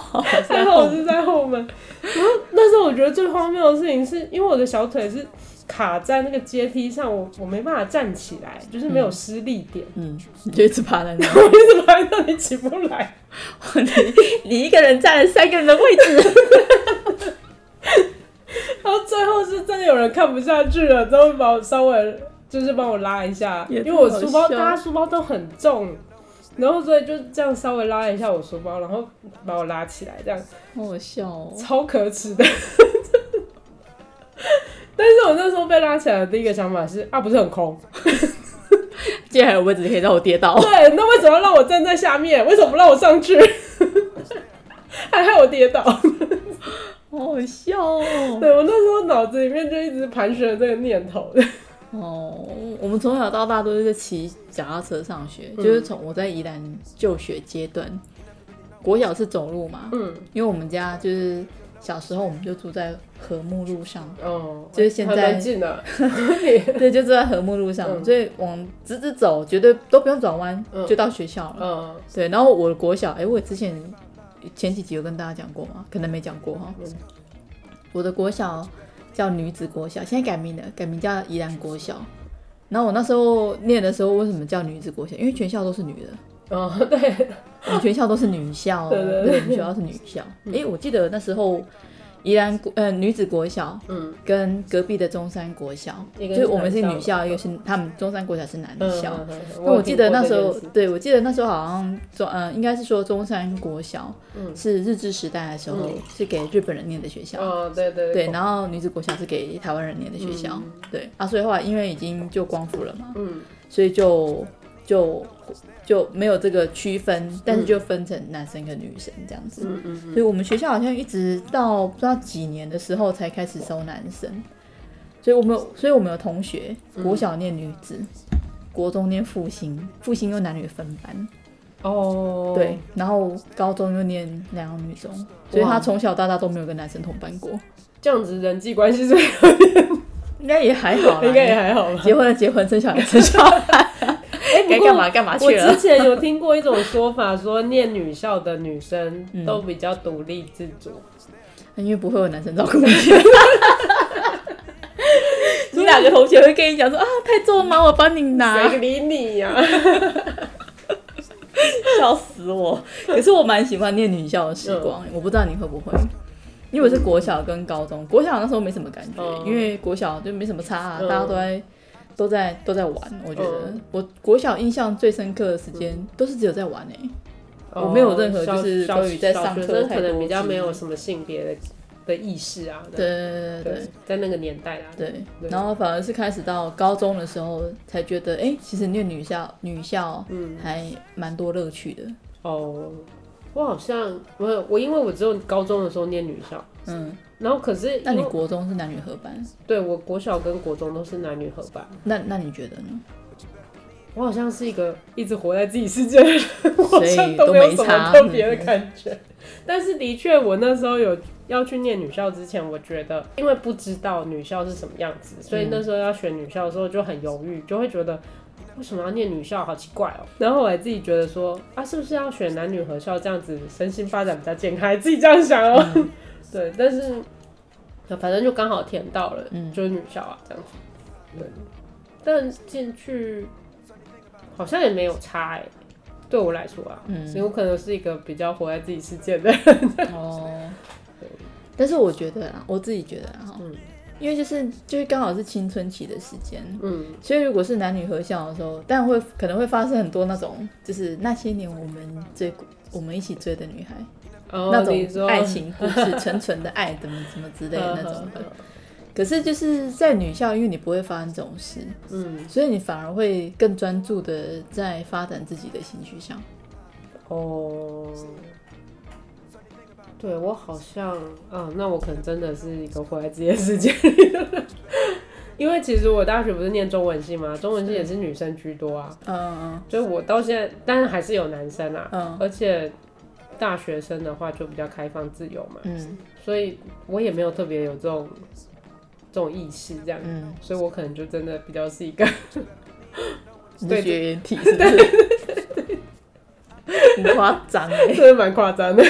D: 还好我是在后门。然后那时候我觉得最荒谬的事情是，因为我的小腿是卡在那个阶梯上，我我没办法站起来，就是没有施力点，
C: 嗯，你就一直趴在那，
D: 我一直趴在那里起不来。
C: 你 你一个人占了三个人的位置，
D: 然后最后是真的有人看不下去了，之后把我稍微就是帮我拉一下，
C: 也
D: 因
C: 太
D: 为我书包
C: 好笑
D: 大家书包都很重，然后所以就这样稍微拉一下我书包，然后把我拉起来，这样
C: 好好笑哦，
D: 超可耻的。 但是我那时候被拉起来的第一个想法是啊，不是很 空？
C: 竟然还有位置可以让我跌倒，
D: 对，那为什么要让我站在下面？为什么不让我上去？ 还害我跌 倒。
C: 好好笑哦。
D: 对我那时候脑子里面就一直盘旋这个念头。
C: 哦，我们从小到大都是骑脚踏车上学，就是从我在宜兰就学阶段，国小是走路嘛，
D: 嗯，
C: 因为我们家就是小时候我们就住在和睦路上，
D: 哦，
C: 就是现在
D: 还蛮 近的。
C: 对，就住在和睦路上，
D: 嗯
C: 所以往直直走，绝对都不用转弯、
D: 嗯
C: 就到学校了。
D: 嗯，
C: 对，然后我的国小，哎、我之前前几集有跟大家讲过吗？可能没讲过哈。
D: 嗯
C: 我的国小叫女子国小，现在改名了，改名叫宜兰国小。然后我那时候念的时候，为什么叫女子国小？因为全校都是女的，
D: 哦， 对，
C: 我们全校都是女校、哦，
D: 对对嗯
C: 对，我们学校是女校。哎、我记得那时候宜兰国呃女子国小
D: 嗯跟
C: 跟隔壁的中山国小，就
D: 一个是
C: 是我们是
D: 男
C: 女
D: 校
C: 校，一个是他们中山国小是男校。
D: 嗯嗯嗯
C: 那我记得那时
D: 有
C: 候
D: 听过这件事，
C: 对我记得那时候好像中，呃，应该是说中山国小，
D: 嗯
C: 是日治时代的时候、
D: 嗯
C: 是给日本人念的学校，
D: 哦，对对
C: 对，然后女子国小是给台湾人念的学校，对啊，所以后来因为已经就光复了嘛，
D: 嗯
C: 所以就就就没有这个区分，但是就分成男生跟女生这样子，
D: 嗯嗯
C: 所以我们学校好像一直到不知道几年的时候才开始收男生，所以我们有，所以我们有同学国小念女子，国中念复兴，复兴又男女分班，
D: 哦，
C: 对，，然后高中又念南洋女中，所以
D: 哇
C: 他从小到大都没有跟男生同班过，
D: 这样子人际关系是
C: 应该也还好啦，
D: 应该也还好吧。
C: 结婚了结婚，生小孩生小 孩，
D: 哎
C: 该干嘛干嘛
D: 我
C: 去了
D: 之，前有听过一种说法，说念女校的女生
C: 嗯
D: 都比较独立自主。
C: 因为不会有男生照顾你。你哪哪个同学会跟你 讲说啊太重吗？我帮你拿，
D: 谁理你呀、
C: 笑死我。可是我蛮喜欢念女校的时光，
D: 嗯
C: 我不知道你会不会。因为我是国小跟高中，国小那时候没什么感觉，
D: 嗯
C: 因为国小就没什么差、啊，
D: 嗯
C: 大家都在都在都在玩。我觉得、
D: 嗯
C: 我国小印象最深刻的时间都是只有在玩欸诶、
D: 嗯
C: 我没有任何就是
D: 哦小
C: 关于在上课
D: 小学生
C: 太
D: 可能
C: 多
D: 比较
C: 记忆
D: 没有什么性别的的意识啊。
C: 对对对
D: 对，在那个年代啊，
C: 对对，
D: 对
C: 然后反而是开始到高中的时候才觉得，哎、其实念女校女校
D: 嗯
C: 还蛮多乐趣的。
D: 哦，我好像我有我因为我只有高中的时候念女校，
C: 嗯，
D: 然后可是
C: 那
D: 因
C: 你
D: 为
C: 国中是男女合班，
D: 对我国小跟国中都是男女合班，
C: 那那你觉得呢？
D: 我好像是一个一直活在自己世界的人，我好像
C: 所以都没
D: 没有什
C: 差嗯
D: 么特别的感觉。但是的确，我那时候有要去念女校之前，我觉得因为不知道女校是什么样子，所以那时候要选女校的时候就很犹豫，就会觉得为什么要念女校，好奇怪哦。然后我还自己觉得说啊，是不是要选男女合校这样子，身心发展比较健康，还自己这样想哦。对，但是哦 反正就刚好填到了，
C: 嗯
D: 就是女校啊这样子。对，但进去好像也没有差哎、对我来说啊，
C: 嗯
D: 因为我可能是一个比较活在自己世界的人。
C: 哦，但是我觉得啊，我自己觉得啊，
D: 嗯
C: 因为就是就是刚好是青春期的时间，
D: 嗯，
C: 所以如果是男女合校的时候，但会可能会发生很多那种，就是那些年我们追过我们一起追的女孩，
D: 哦
C: 那
D: 你说
C: 种爱情故事， 纯纯的爱，怎么怎么 之类的那种的。可是就是在女校，因为你不会发生这种事，
D: 嗯，
C: 所以你反而会更专注的在发展自己的兴趣上。
D: 哦，对我好像啊，那我可能真的是一个活在自己的世界里的人。 因为其实我大学不是念中文系吗？中文系也是女生居多啊，
C: 嗯
D: 所以我到现在，但是还是有男生啊。
C: 嗯
D: 而且大学生的话就比较开放自由嘛，
C: 嗯
D: 所以我也没有特别有这种这种意识这样，
C: 嗯，
D: 所以我可能就真的比较是一个
C: 你
D: 对
C: 是学员体是不是？ 很夸张哎！
D: 真的蛮夸张的。
E: I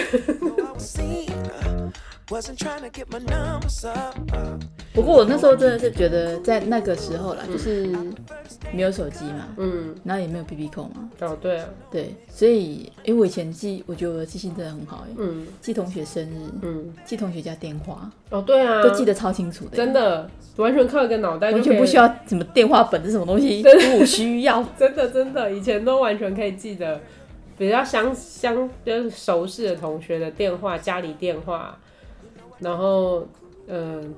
E: was seen. uh, Wasn't trying to get my numbers up. uh,
C: 不过我那时候真的是觉得，在那个时候啦，就是没有手机嘛，
D: 嗯，
C: 然后也没有 B B 扣嘛，
D: 哦对啊，
C: 对，所以因为我以前记，我觉得我的记性真的很好哎，
D: 嗯
C: 记同学生日，
D: 嗯，
C: 记同学家电话，
D: 哦对啊，
C: 都记得超清楚呃的，欸
D: 真的完全靠一个脑袋就
C: 完
D: 可以
C: 全不需，要什么电话本是什么东西，
D: 对
C: 不需要。
D: 真的真的以前都完全可以记得。比较相相就是熟识的同学的电话、家里电话，然后嗯、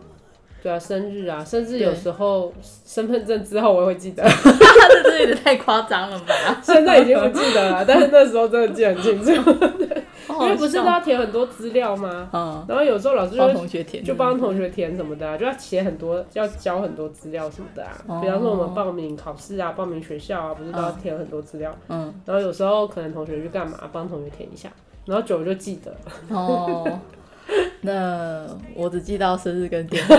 D: 对啊，生日啊，甚至有
C: 对
D: 时候身份证之后我也会 记得，
C: 这真的有点太夸张了 吧？
D: 现在已经不记得了，但是那时候真的记得很清楚，因
C: 因
D: 为不是都要填很多资料吗？
C: 嗯，
D: 然后有时候老师就
C: 帮
D: 会
C: 同学填，
D: 就帮同学填什么的、啊，就要写很多，要交很多资料什么的啊。
C: 哦
D: 比方说我们报名考试啊，报名学校啊，不是都要填很多资料？
C: 嗯
D: 然后有时候可能同学去干嘛，帮同学填一下，然后久了就记得了。
C: 哦。那我只记到生日跟 电话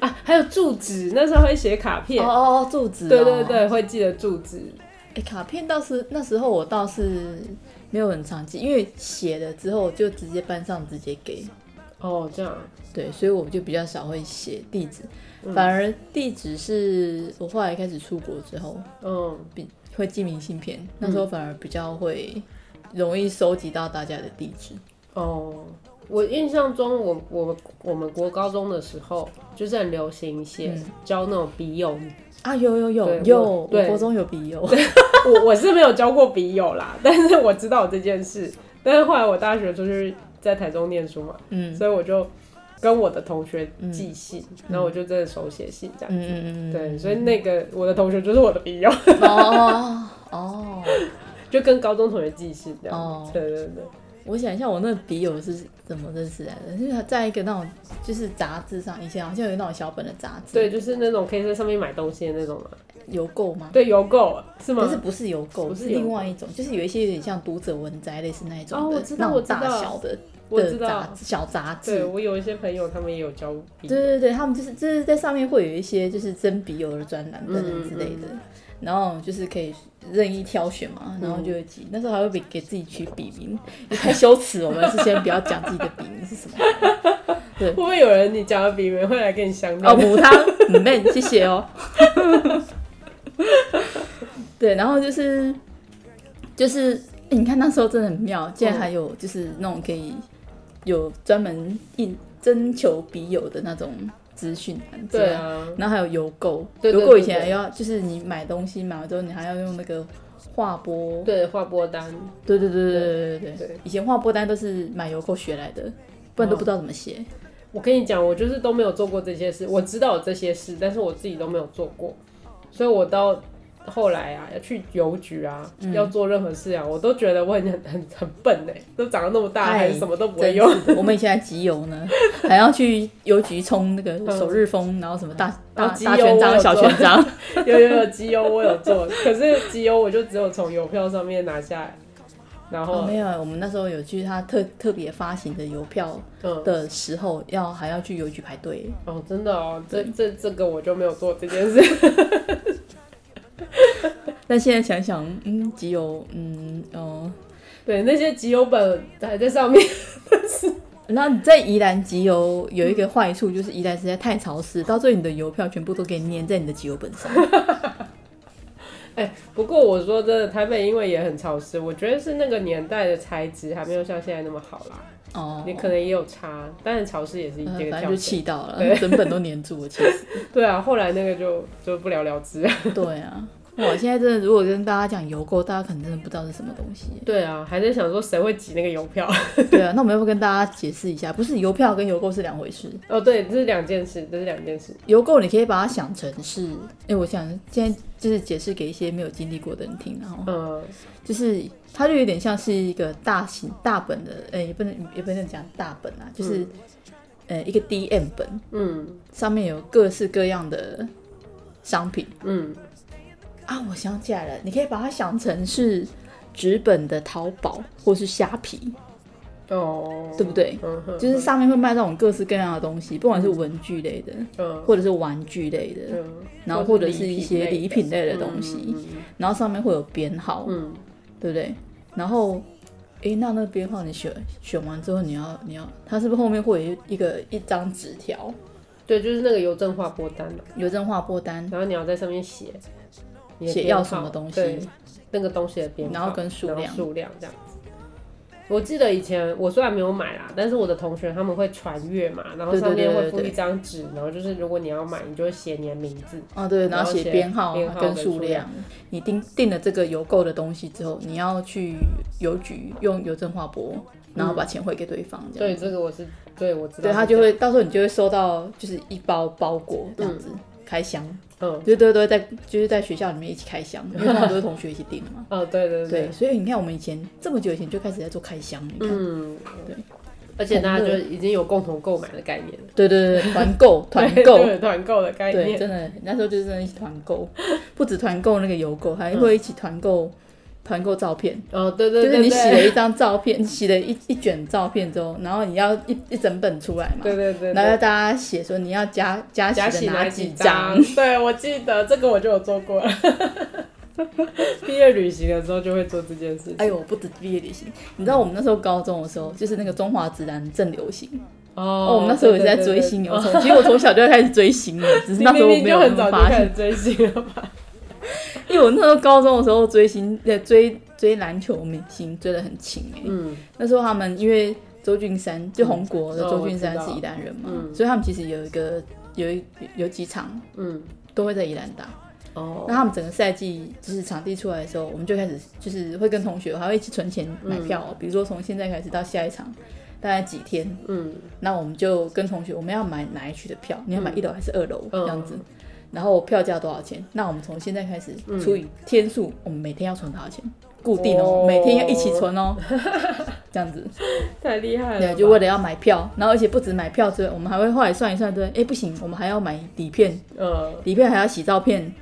D: 啊，还有住址，那时候会写卡片，
C: 哦，住址哦
D: 对对对，会记得住址。
C: 哎、卡片倒是那时候我倒是没有很常记，因为写了之后就直接班上直接给，
D: 哦，这样，
C: 对，所以我就比较少会写地址，反而地址是我后来开始出国之后
D: 嗯，
C: 比会寄明信片，那时候反而比较会容易收集到大家的地址，
D: 哦，我印象中我，我我们国高中的时候，就是很流行写
C: 嗯
D: 交那种笔友，
C: 啊，有有有
D: 对
C: 有，
D: 我
C: 我
D: 对
C: 国中有笔友，
D: 我我是没有交过笔友啦，但是我知道这件事。但是后来我大学出去在台中念书嘛，
C: 嗯
D: 所以我就跟我的同学寄信，然后我就真的手写信这
C: 嗯
D: 样。
C: 嗯嗯，
D: 对，所以那个我的同学就是我的笔友，
C: 以哦哦，
D: 就跟高中同学寄信这样。
C: 哦
D: 对对对，
C: 我想一下，我那个笔友是怎么认识来的？就是他在一个那种就是杂志上，以前好像有那种小本的杂志，
D: 对，就是那种可以在上面买东西的那种嘛。
C: 邮购吗？
D: 对，邮购是吗？
C: 可是不是邮购，
D: 不是
C: 是
D: 邮购
C: 另外一种，就是有一些有点像读者文摘类似那一种的，
D: 哦我知道
C: 那种
D: 我知道
C: 大小的
D: 我
C: 的
D: 知
C: 杂
D: 道。
C: 小杂
D: 对
C: 志。
D: 我有一些朋友，他们也有交笔
C: 对
D: 友。
C: 对对，他们就是就是在上面会有一些就是真笔友的专栏等等之类
D: 嗯
C: 的，然后就是可以任意挑选嘛，然后就会记。那时候还会给给自己取笔名，也太羞耻，我们是先不要讲自己的笔名是什么。对
D: 会，不会有人你讲的比美会来跟你相恋？
C: 哦，母汤，嗯，妹，谢谢哦。 对，然后就是就是、欸你看那时候真的很妙，竟然还有就是那种可以有专门应征求笔友的那种资讯栏，
D: 对。啊，
C: 然后还有邮购，
D: 对对
C: 邮购以
D: 对
C: 前
D: 对
C: 还要就是你买东西买完之后，你还要用那个划拨，
D: 对，划拨单，
C: 对对对对对对对
D: 对。
C: 以前划拨单都是买邮购学来的，不然都不知道怎么写。
D: 我跟你讲，我就是都没有做过这些事。我知道有这些事，但是我自己都没有做过，所以我到后来啊，要去邮局啊，要做任何事啊，我都觉得我很很很很笨呢、都长得那么大，
C: 哎
D: 还什么都不会
C: 真
D: 用。
C: 是的我们以前还集邮呢，还要去邮局冲那个首日封，然后什么大大
D: 嗯哦集邮
C: 大权
D: 我
C: 章、
D: 有
C: 小
D: 做
C: 权章，
D: 有有有集邮我有做，可是集邮我就只有从邮票上面拿下来，然后、
C: 哦没有，我们那时候有去他特特别发行的邮票
D: 嗯
C: 的时候，要还要去邮局排队。
D: 哦，真的哦，这这这个我就没有做这件事。
C: 但现在想想，嗯，集邮，嗯，哦，
D: 对，那些集邮本还在上面。
C: 然后你在宜兰集邮有
D: 嗯
C: 一个坏处，就是宜兰实在太潮湿，到最后你的邮票全部都给你粘在你的集邮本上。
D: 哎、不过我说真的，台北因为也很潮湿，我觉得是那个年代的材质还没有像现在那么好啦。
C: 哦，
D: 你可能也有差，但是潮湿也是一
C: 呃
D: 这个
C: 反正
D: 挑
C: 就
D: 战。
C: 气到了，
D: 对
C: 整本都粘住了，气死。
D: 对啊，后来那个就就不了 了之。
C: 对啊，哇，现在真的如果跟大家讲邮购，大家可能真的不知道是什么东西。
D: 对啊，还在想说谁会挤那个邮票？
C: 对啊，那我们要不要跟大家解释一下？不是邮票跟邮购是两回事。
D: 哦，对，这是两件事，这是两件事。
C: 邮购你可以把它想成是，哎、我想现在就是解释给一些没有经历过的人听，然后
D: 嗯，
C: 就是它就有点像是一个大型大本的，哎、也不能也不能讲大本啊，就是、呃一个 DM 本，
D: 嗯
C: 上面有各式各样的商品
D: 嗯，
C: 啊。我想起来了，你可以把它想成是纸本的淘宝或是虾皮，
D: 哦，
C: 对不对？
D: 嗯哼，
C: 就是上面会卖那种各式各样的东西，不管是文具类的，
D: 嗯
C: 或者是玩具类的，
D: 嗯，
C: 然后或者是一些礼品类的东西，然后上面会有编号，
D: 嗯，
C: 对不对？然后，诶，那那个编号你选选完之后，你要你要，它是不是后面会有一个一张纸条，
D: 对，就是那个邮政划拨单嘛，
C: 邮政划拨单，
D: 然后你要在上面写你的
C: 嗯写
D: 编
C: 要
D: 号
C: 什么东西
D: 对那个东西的编号，
C: 然后跟数量
D: 然后数量这样子。我记得以前我虽然没有买啦，但是我的同学他们会传阅嘛，然后
C: 对对
D: 上面
C: 对
D: 会
C: 对
D: 附
C: 对
D: 一张纸，然后就是如果你要买，你就会写你的名字。
C: 啊，对，
D: 然
C: 然
D: 后
C: 后写
D: 写
C: 编号啊
D: 编号
C: 跟
D: 跟
C: 数
D: 数
C: 量
D: 量。
C: 你定定了这个邮购的东西之后，你要去邮局用邮政划拨，然后把钱汇给对方，这样。
D: 嗯对，这个我是对我知道是这
C: 对
D: 样，
C: 他就会到时候你就会收到就是一包包裹这样子、开箱，
D: 嗯。
C: 就都都会在就是在学校里面一起开箱，因为很多同学一起订的嘛
D: 哦，对 对
C: 对，所以你看我们以前这么久以前就开始在做开箱，你看，
D: 嗯，
C: 对，
D: 而且大家就已经有共同购买的概念了，
C: 对对对，团购团
D: 对
C: 购。
D: 对团购的概
C: 对，
D: 念，
C: 真的，那时候就是真的一起团购，不止团购那个邮购，还会一起团购团购照片，
D: 哦，对对
C: 就
D: 对，
C: 是你洗了
D: 对
C: 一张照片，洗了一一卷照片之后，然后你要一一整本出来嘛，
D: 对对对，
C: 然后
D: 对
C: 要大家写说你要加加
D: 加
C: 洗
D: 洗
C: 的
D: 哪
C: 几
D: 张？ 对，我记得这个我就有做过了。毕业旅行的时候就会做这件事情。哦
C: 哎呦，不止毕业旅行，你知道我们那时候高中的时候，就是那个中华直男正流行
D: 哦
C: 哦。我们那时候也是在追星，我从其实我从小就开始追星了，只是
D: 你
C: 那时
D: 明
C: 候我
D: 明
C: 没有
D: 就很
C: 那么
D: 早就
C: 发
D: 开
C: 现
D: 始，追星了吧？
C: 因为我那时候高中的时候追星，在追追篮球明星追得很勤哎、
D: 嗯，
C: 那时候他们因为周俊山就红国的
D: 嗯哦
C: 周俊山
D: 我知
C: 是
D: 道
C: 宜兰人嘛，
D: 嗯
C: 所以他们其实有一个有一有几场
D: 嗯，
C: 都会在宜兰打。
D: 哦
C: 那，他们整个赛季就是场地出来的时候，我们就开始就是会跟同学还会一起存钱买票哦、比如说从现在开始到下一场大概几天，
D: 嗯，
C: 那我们就跟同学我们要买哪一区的票，你要买一楼还是二楼、
D: 嗯
C: 这样子。然后票价多少钱？那我们从现在开始除以天数，我们每天要存多少钱？固定哦，
D: 哦
C: 每天要一起存 哦，这样子。
D: 太厉害了
C: 对，
D: 吧，
C: 就为了要买票，然后而且不止买票之外，我们还会后来算一算，对，哎，不行，我们还要买底片，
D: 嗯，
C: 底片还要洗照片，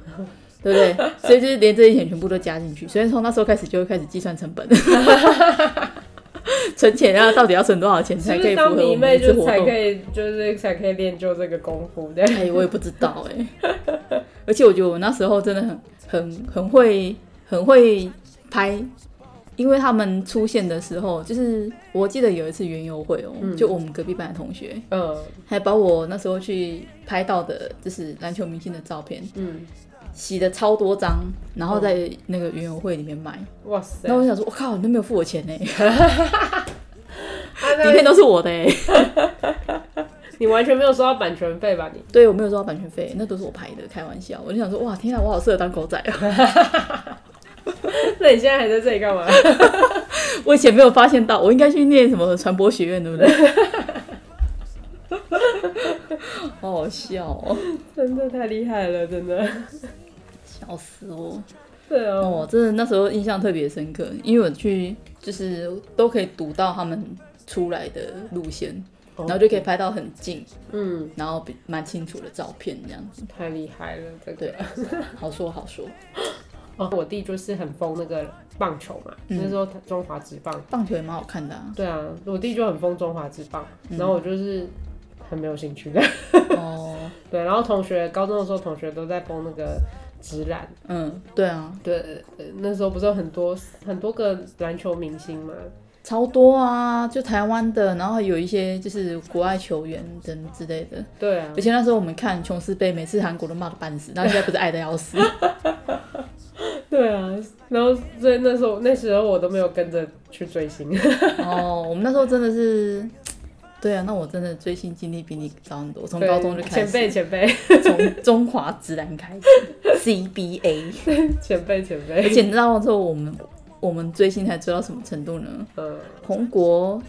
C: 对不对？所以就是连这些钱全部都加进去，所以从那时候开始就会开始计算成本， 存钱要到底要存多少钱
D: 是
C: 才
D: 不
C: 可以
D: 是
C: 符合
D: 当
C: 我
D: 迷
C: 们
D: 妹
C: 这次
D: 就
C: 活
D: 才
C: 动
D: 可？以，就是才可以练就这个功夫的？
C: 哎，我也不知道哎、而且我觉得我那时候真的很很很会很会拍因为他们出现的时候，就是我记得有一次园游会哦、
D: 嗯
C: 就我们隔壁班的同学
D: 呃，
C: 还把我那时候去拍到的，就是篮球明星的照片
D: 嗯，
C: 洗的超多张，然后在那个园游会里面卖。
D: 哇塞，
C: 然后我想说，我靠，你都没有付我钱呢，
D: 啊那
C: 底片都是我的哎。
D: 你完全没有收到版权费吧？你
C: 对，我没有收到版权费，那都是我拍的，开玩笑。我就想说，哇，天啊，我好适合当狗仔啊！
D: 那你现在还在这里干嘛？
C: 我以前没有发现到，我应该去念什么传播学院，对不对？ 好好笑哦，
D: 真的太厉害了，真的。
C: 笑死我！
D: 对哦，
C: 哦，真的那时候印象特别深刻，因为我去就是都可以读到他们出来的路线，然后就可以拍到很近，
D: 嗯，
C: 然后比蛮清楚的照片这样子。
D: 太厉害了，这
C: 对
D: 个。，
C: 好说好说。
D: 哦，我弟就是很疯那个棒球嘛，
C: 嗯
D: 那时候他中华职棒。
C: 棒球也蛮好看 的啊。
D: 对啊，我弟就很疯中华职棒，
C: 嗯
D: 然后我就是很没有兴趣的。
C: 哦，
D: 对，然后同学高中的时候，同学都在疯那个直篮。
C: 嗯，对啊，
D: 对，呃那时候不是有很多很多个篮球明星嘛？
C: 超多啊，就台湾的，然后有一些就是国外球员等之类的。
D: 对啊
C: 而，且那时候我们看琼斯杯，每次韩国都骂的半死，然后现在不是爱的要死。
D: 对啊。然后所以那时候那时候我都没有跟着去追星。
C: 哦，我们那时候真的是，对啊，那我真的追星经历比你早很多，从
D: 对
C: 高中就开
D: 前辈
C: 始，
D: 前辈
C: 从中华直男开始，CBA，
D: 前辈前
C: 而
D: 辈，
C: 且你知道之后我们我们追星才追到什么程度呢？
D: 嗯
C: 红国。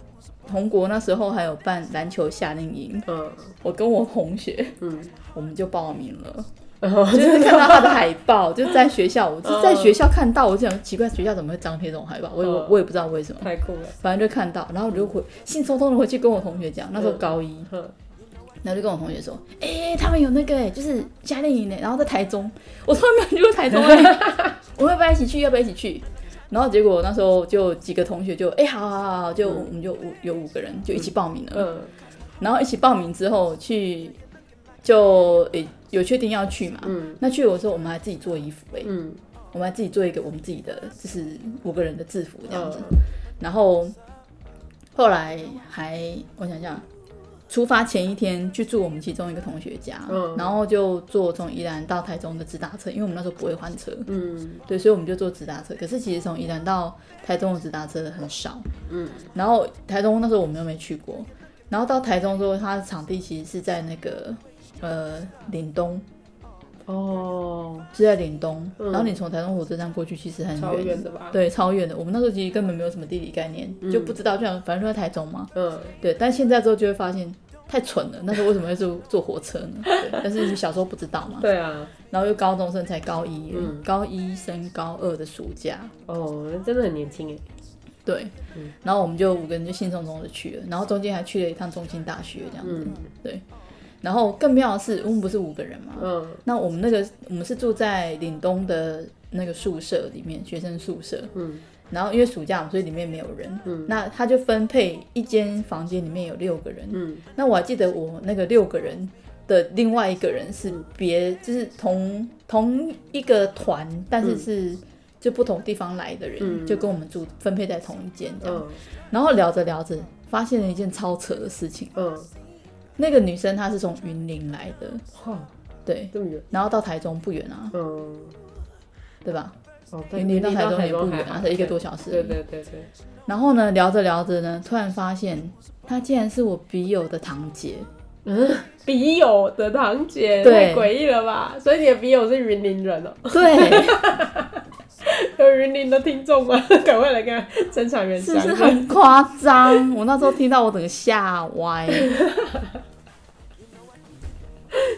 C: 红国那时候还有办篮球夏令营，
D: 嗯
C: 我跟我同学
D: 嗯，
C: 我们就报名了，
D: 然后
C: 就是看到他的海报，就在学校，我就在学校看到，我就想奇怪，学校怎么会张贴这种海报？我也
D: 嗯
C: 我也不知道为什么，
D: 太酷了，
C: 反正就看到，然后我就回兴冲冲的回去跟我同学讲，那时候高一，
D: 嗯
C: 然后就跟我同学说，哎、他们有那个、欸，就是夏令营呢，然后在台中，我从来没有去过台中哎、 我们要不要一起去？要不要一起去？然后结果那时候就几个同学就，哎、好好好好，就、我们就五有五个人就一起报名了，
D: 嗯
C: 然后一起报名之后去，就诶、有确定要去嘛，
D: 嗯
C: 那去的时候我们还自己做衣服哎、
D: 嗯
C: 我们还自己做一个我们自己的，就是五个人的制服这样子。
D: 嗯
C: 然后后来还我想想，出发前一天去住我们其中一个同学家，
D: 嗯
C: 然后就坐从宜兰到台中的直达车，因为我们那时候不会换车，
D: 嗯
C: 对，所以我们就坐直达车。可是其实从宜兰到台中的直达车很少，
D: 嗯，
C: 然后台中那时候我们又没去过，然后到台中之后，它的场地其实是在那个呃岭东，
D: 哦，
C: 是在岭东，
D: 嗯
C: 然后你从台中火车站过去其实很
D: 超远的吧？，
C: 对，超远的。我们那时候其实根本没有什么地理概念，就不知道，就想反正就在台中嘛。
D: 嗯，
C: 对，但现在之后就会发现太蠢了，那时候为什么会坐坐火车呢？对但是你小时候不知道嘛。
D: 对啊，
C: 然后又高中生才高一，
D: 嗯
C: 高一升高二的暑假，
D: 哦，真的很年轻哎，
C: 对。
D: 嗯
C: 然后我们就五个人就兴冲冲的去了，然后中间还去了一趟中兴大学这样子。
D: 嗯
C: 对。然后更妙的是，我们不是五个人嘛，
D: 嗯
C: 那我们那个我们是住在岭东的那个宿舍里面，学生宿舍。
D: 嗯
C: 然后因为暑假嘛，所以里面没有人。
D: 嗯
C: 那他就分配一间房间，里面有六个人。
D: 嗯
C: 那我还记得我那个六个人的另外一个人是
D: 嗯
C: 别，就是同同一个团，但是是就不同地方来的人，
D: 嗯
C: 就跟我们住分配在同一间这样。
D: 嗯
C: 然后聊着聊着，发现了一件超扯的事情。
D: 嗯，
C: 那个女生她是从云林来的，
D: 哇，
C: 对，
D: 这么远，
C: 然后到台中不远啊，
D: 嗯，
C: 对吧？
D: 哦，对
C: 云林到台中也不
D: 还
C: 远
D: 好
C: 啊，才一个多小时而已。
D: 对对对对，
C: 然后呢，聊着聊着呢，突然发现她竟然是我笔友的堂 姐。
D: 笔友的堂姐
C: 对
D: 太诡异了吧？所以你的笔友是云林人哦，
C: 对，
D: 有云林的听众吗？ 赶快来跟他侦查员
C: 是
D: 讲
C: 不
D: 一
C: 是
D: 下，
C: 很夸张？我那时候听到我整个吓歪，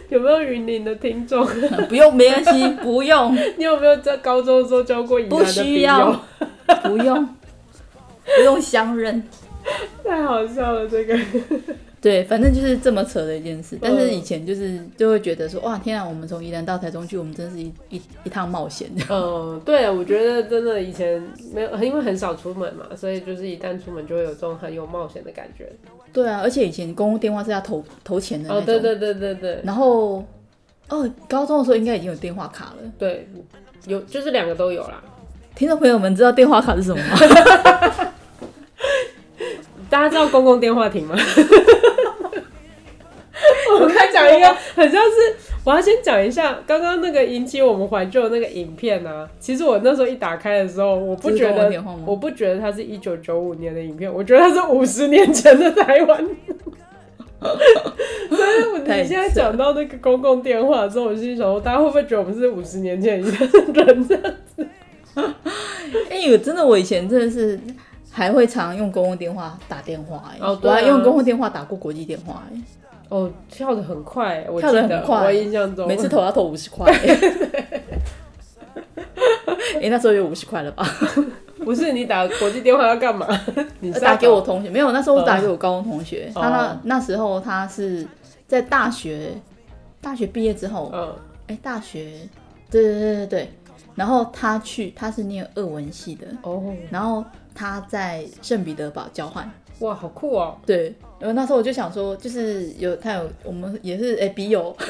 D: 有没有云林的听众？
C: 不用，没关系，不用，
D: 你有没有在高中的时候交过宜兰
C: 不
D: 的笔
C: 需要
D: 友？，
C: 不用，不用相认。
D: 太好笑了，这个。
C: 对，反正就是这么扯的一件事。但是以前就是就会觉得说，哇，天啊，我们从宜兰到台中去，我们真是一一一趟冒险。
D: 嗯，对，我觉得真的以前没有，因为很少出门嘛，所以就是一旦出门就会有这种很有冒险的感觉。
C: 对啊，而且以前公共电话是要投投钱的那
D: 哦，
C: 种。
D: 对对对对对
C: 然后，哦，高中的时候应该已经有电话卡了。
D: 对，有就是两个都有啦。
C: 听众朋友们知道电话卡是什么 吗？
D: 大家知道公共电话亭 吗？我刚讲一个，很像是我要先讲一下刚刚那个引起我们怀旧的那个影片啊。其实我那时候一打开的时候，我不觉
C: 这是中文
D: 得
C: 电话吗，
D: 我不觉得它是一九九五年的影片，我觉得它是五十年前的 台湾。所以我
C: 太
D: 你现在
C: 扯
D: 讲到那个公共电话之后，我心里想说，大家会不会觉得我们是五十年前以前的人呢？
C: 哎、我真的，我以前真的是还会常用公共电话打电话、哎、
D: 哦
C: 我
D: 对啊
C: 还用公共电话打过国际电话、哎
D: 哦，跳的很快，我
C: 跳得
D: 记得
C: 很快
D: 我印象 中
C: 每次投要投五十 块。哎、哎那时候有五十块了吧？
D: 不是你打国际电话要 干嘛？你是要
C: 打给我同学，没有，那时候我打给我高中同学，
D: 哦
C: 他那那时候他是在大学大学毕业之后，哎、
D: 嗯，
C: 大学对对对对对，然后他去他是念俄文系的，
D: 哦，
C: 然后他在圣彼得堡交换，
D: 哇，好酷哦！
C: 对，然后那时候我就想说，就是有他有我们也是哎、笔友，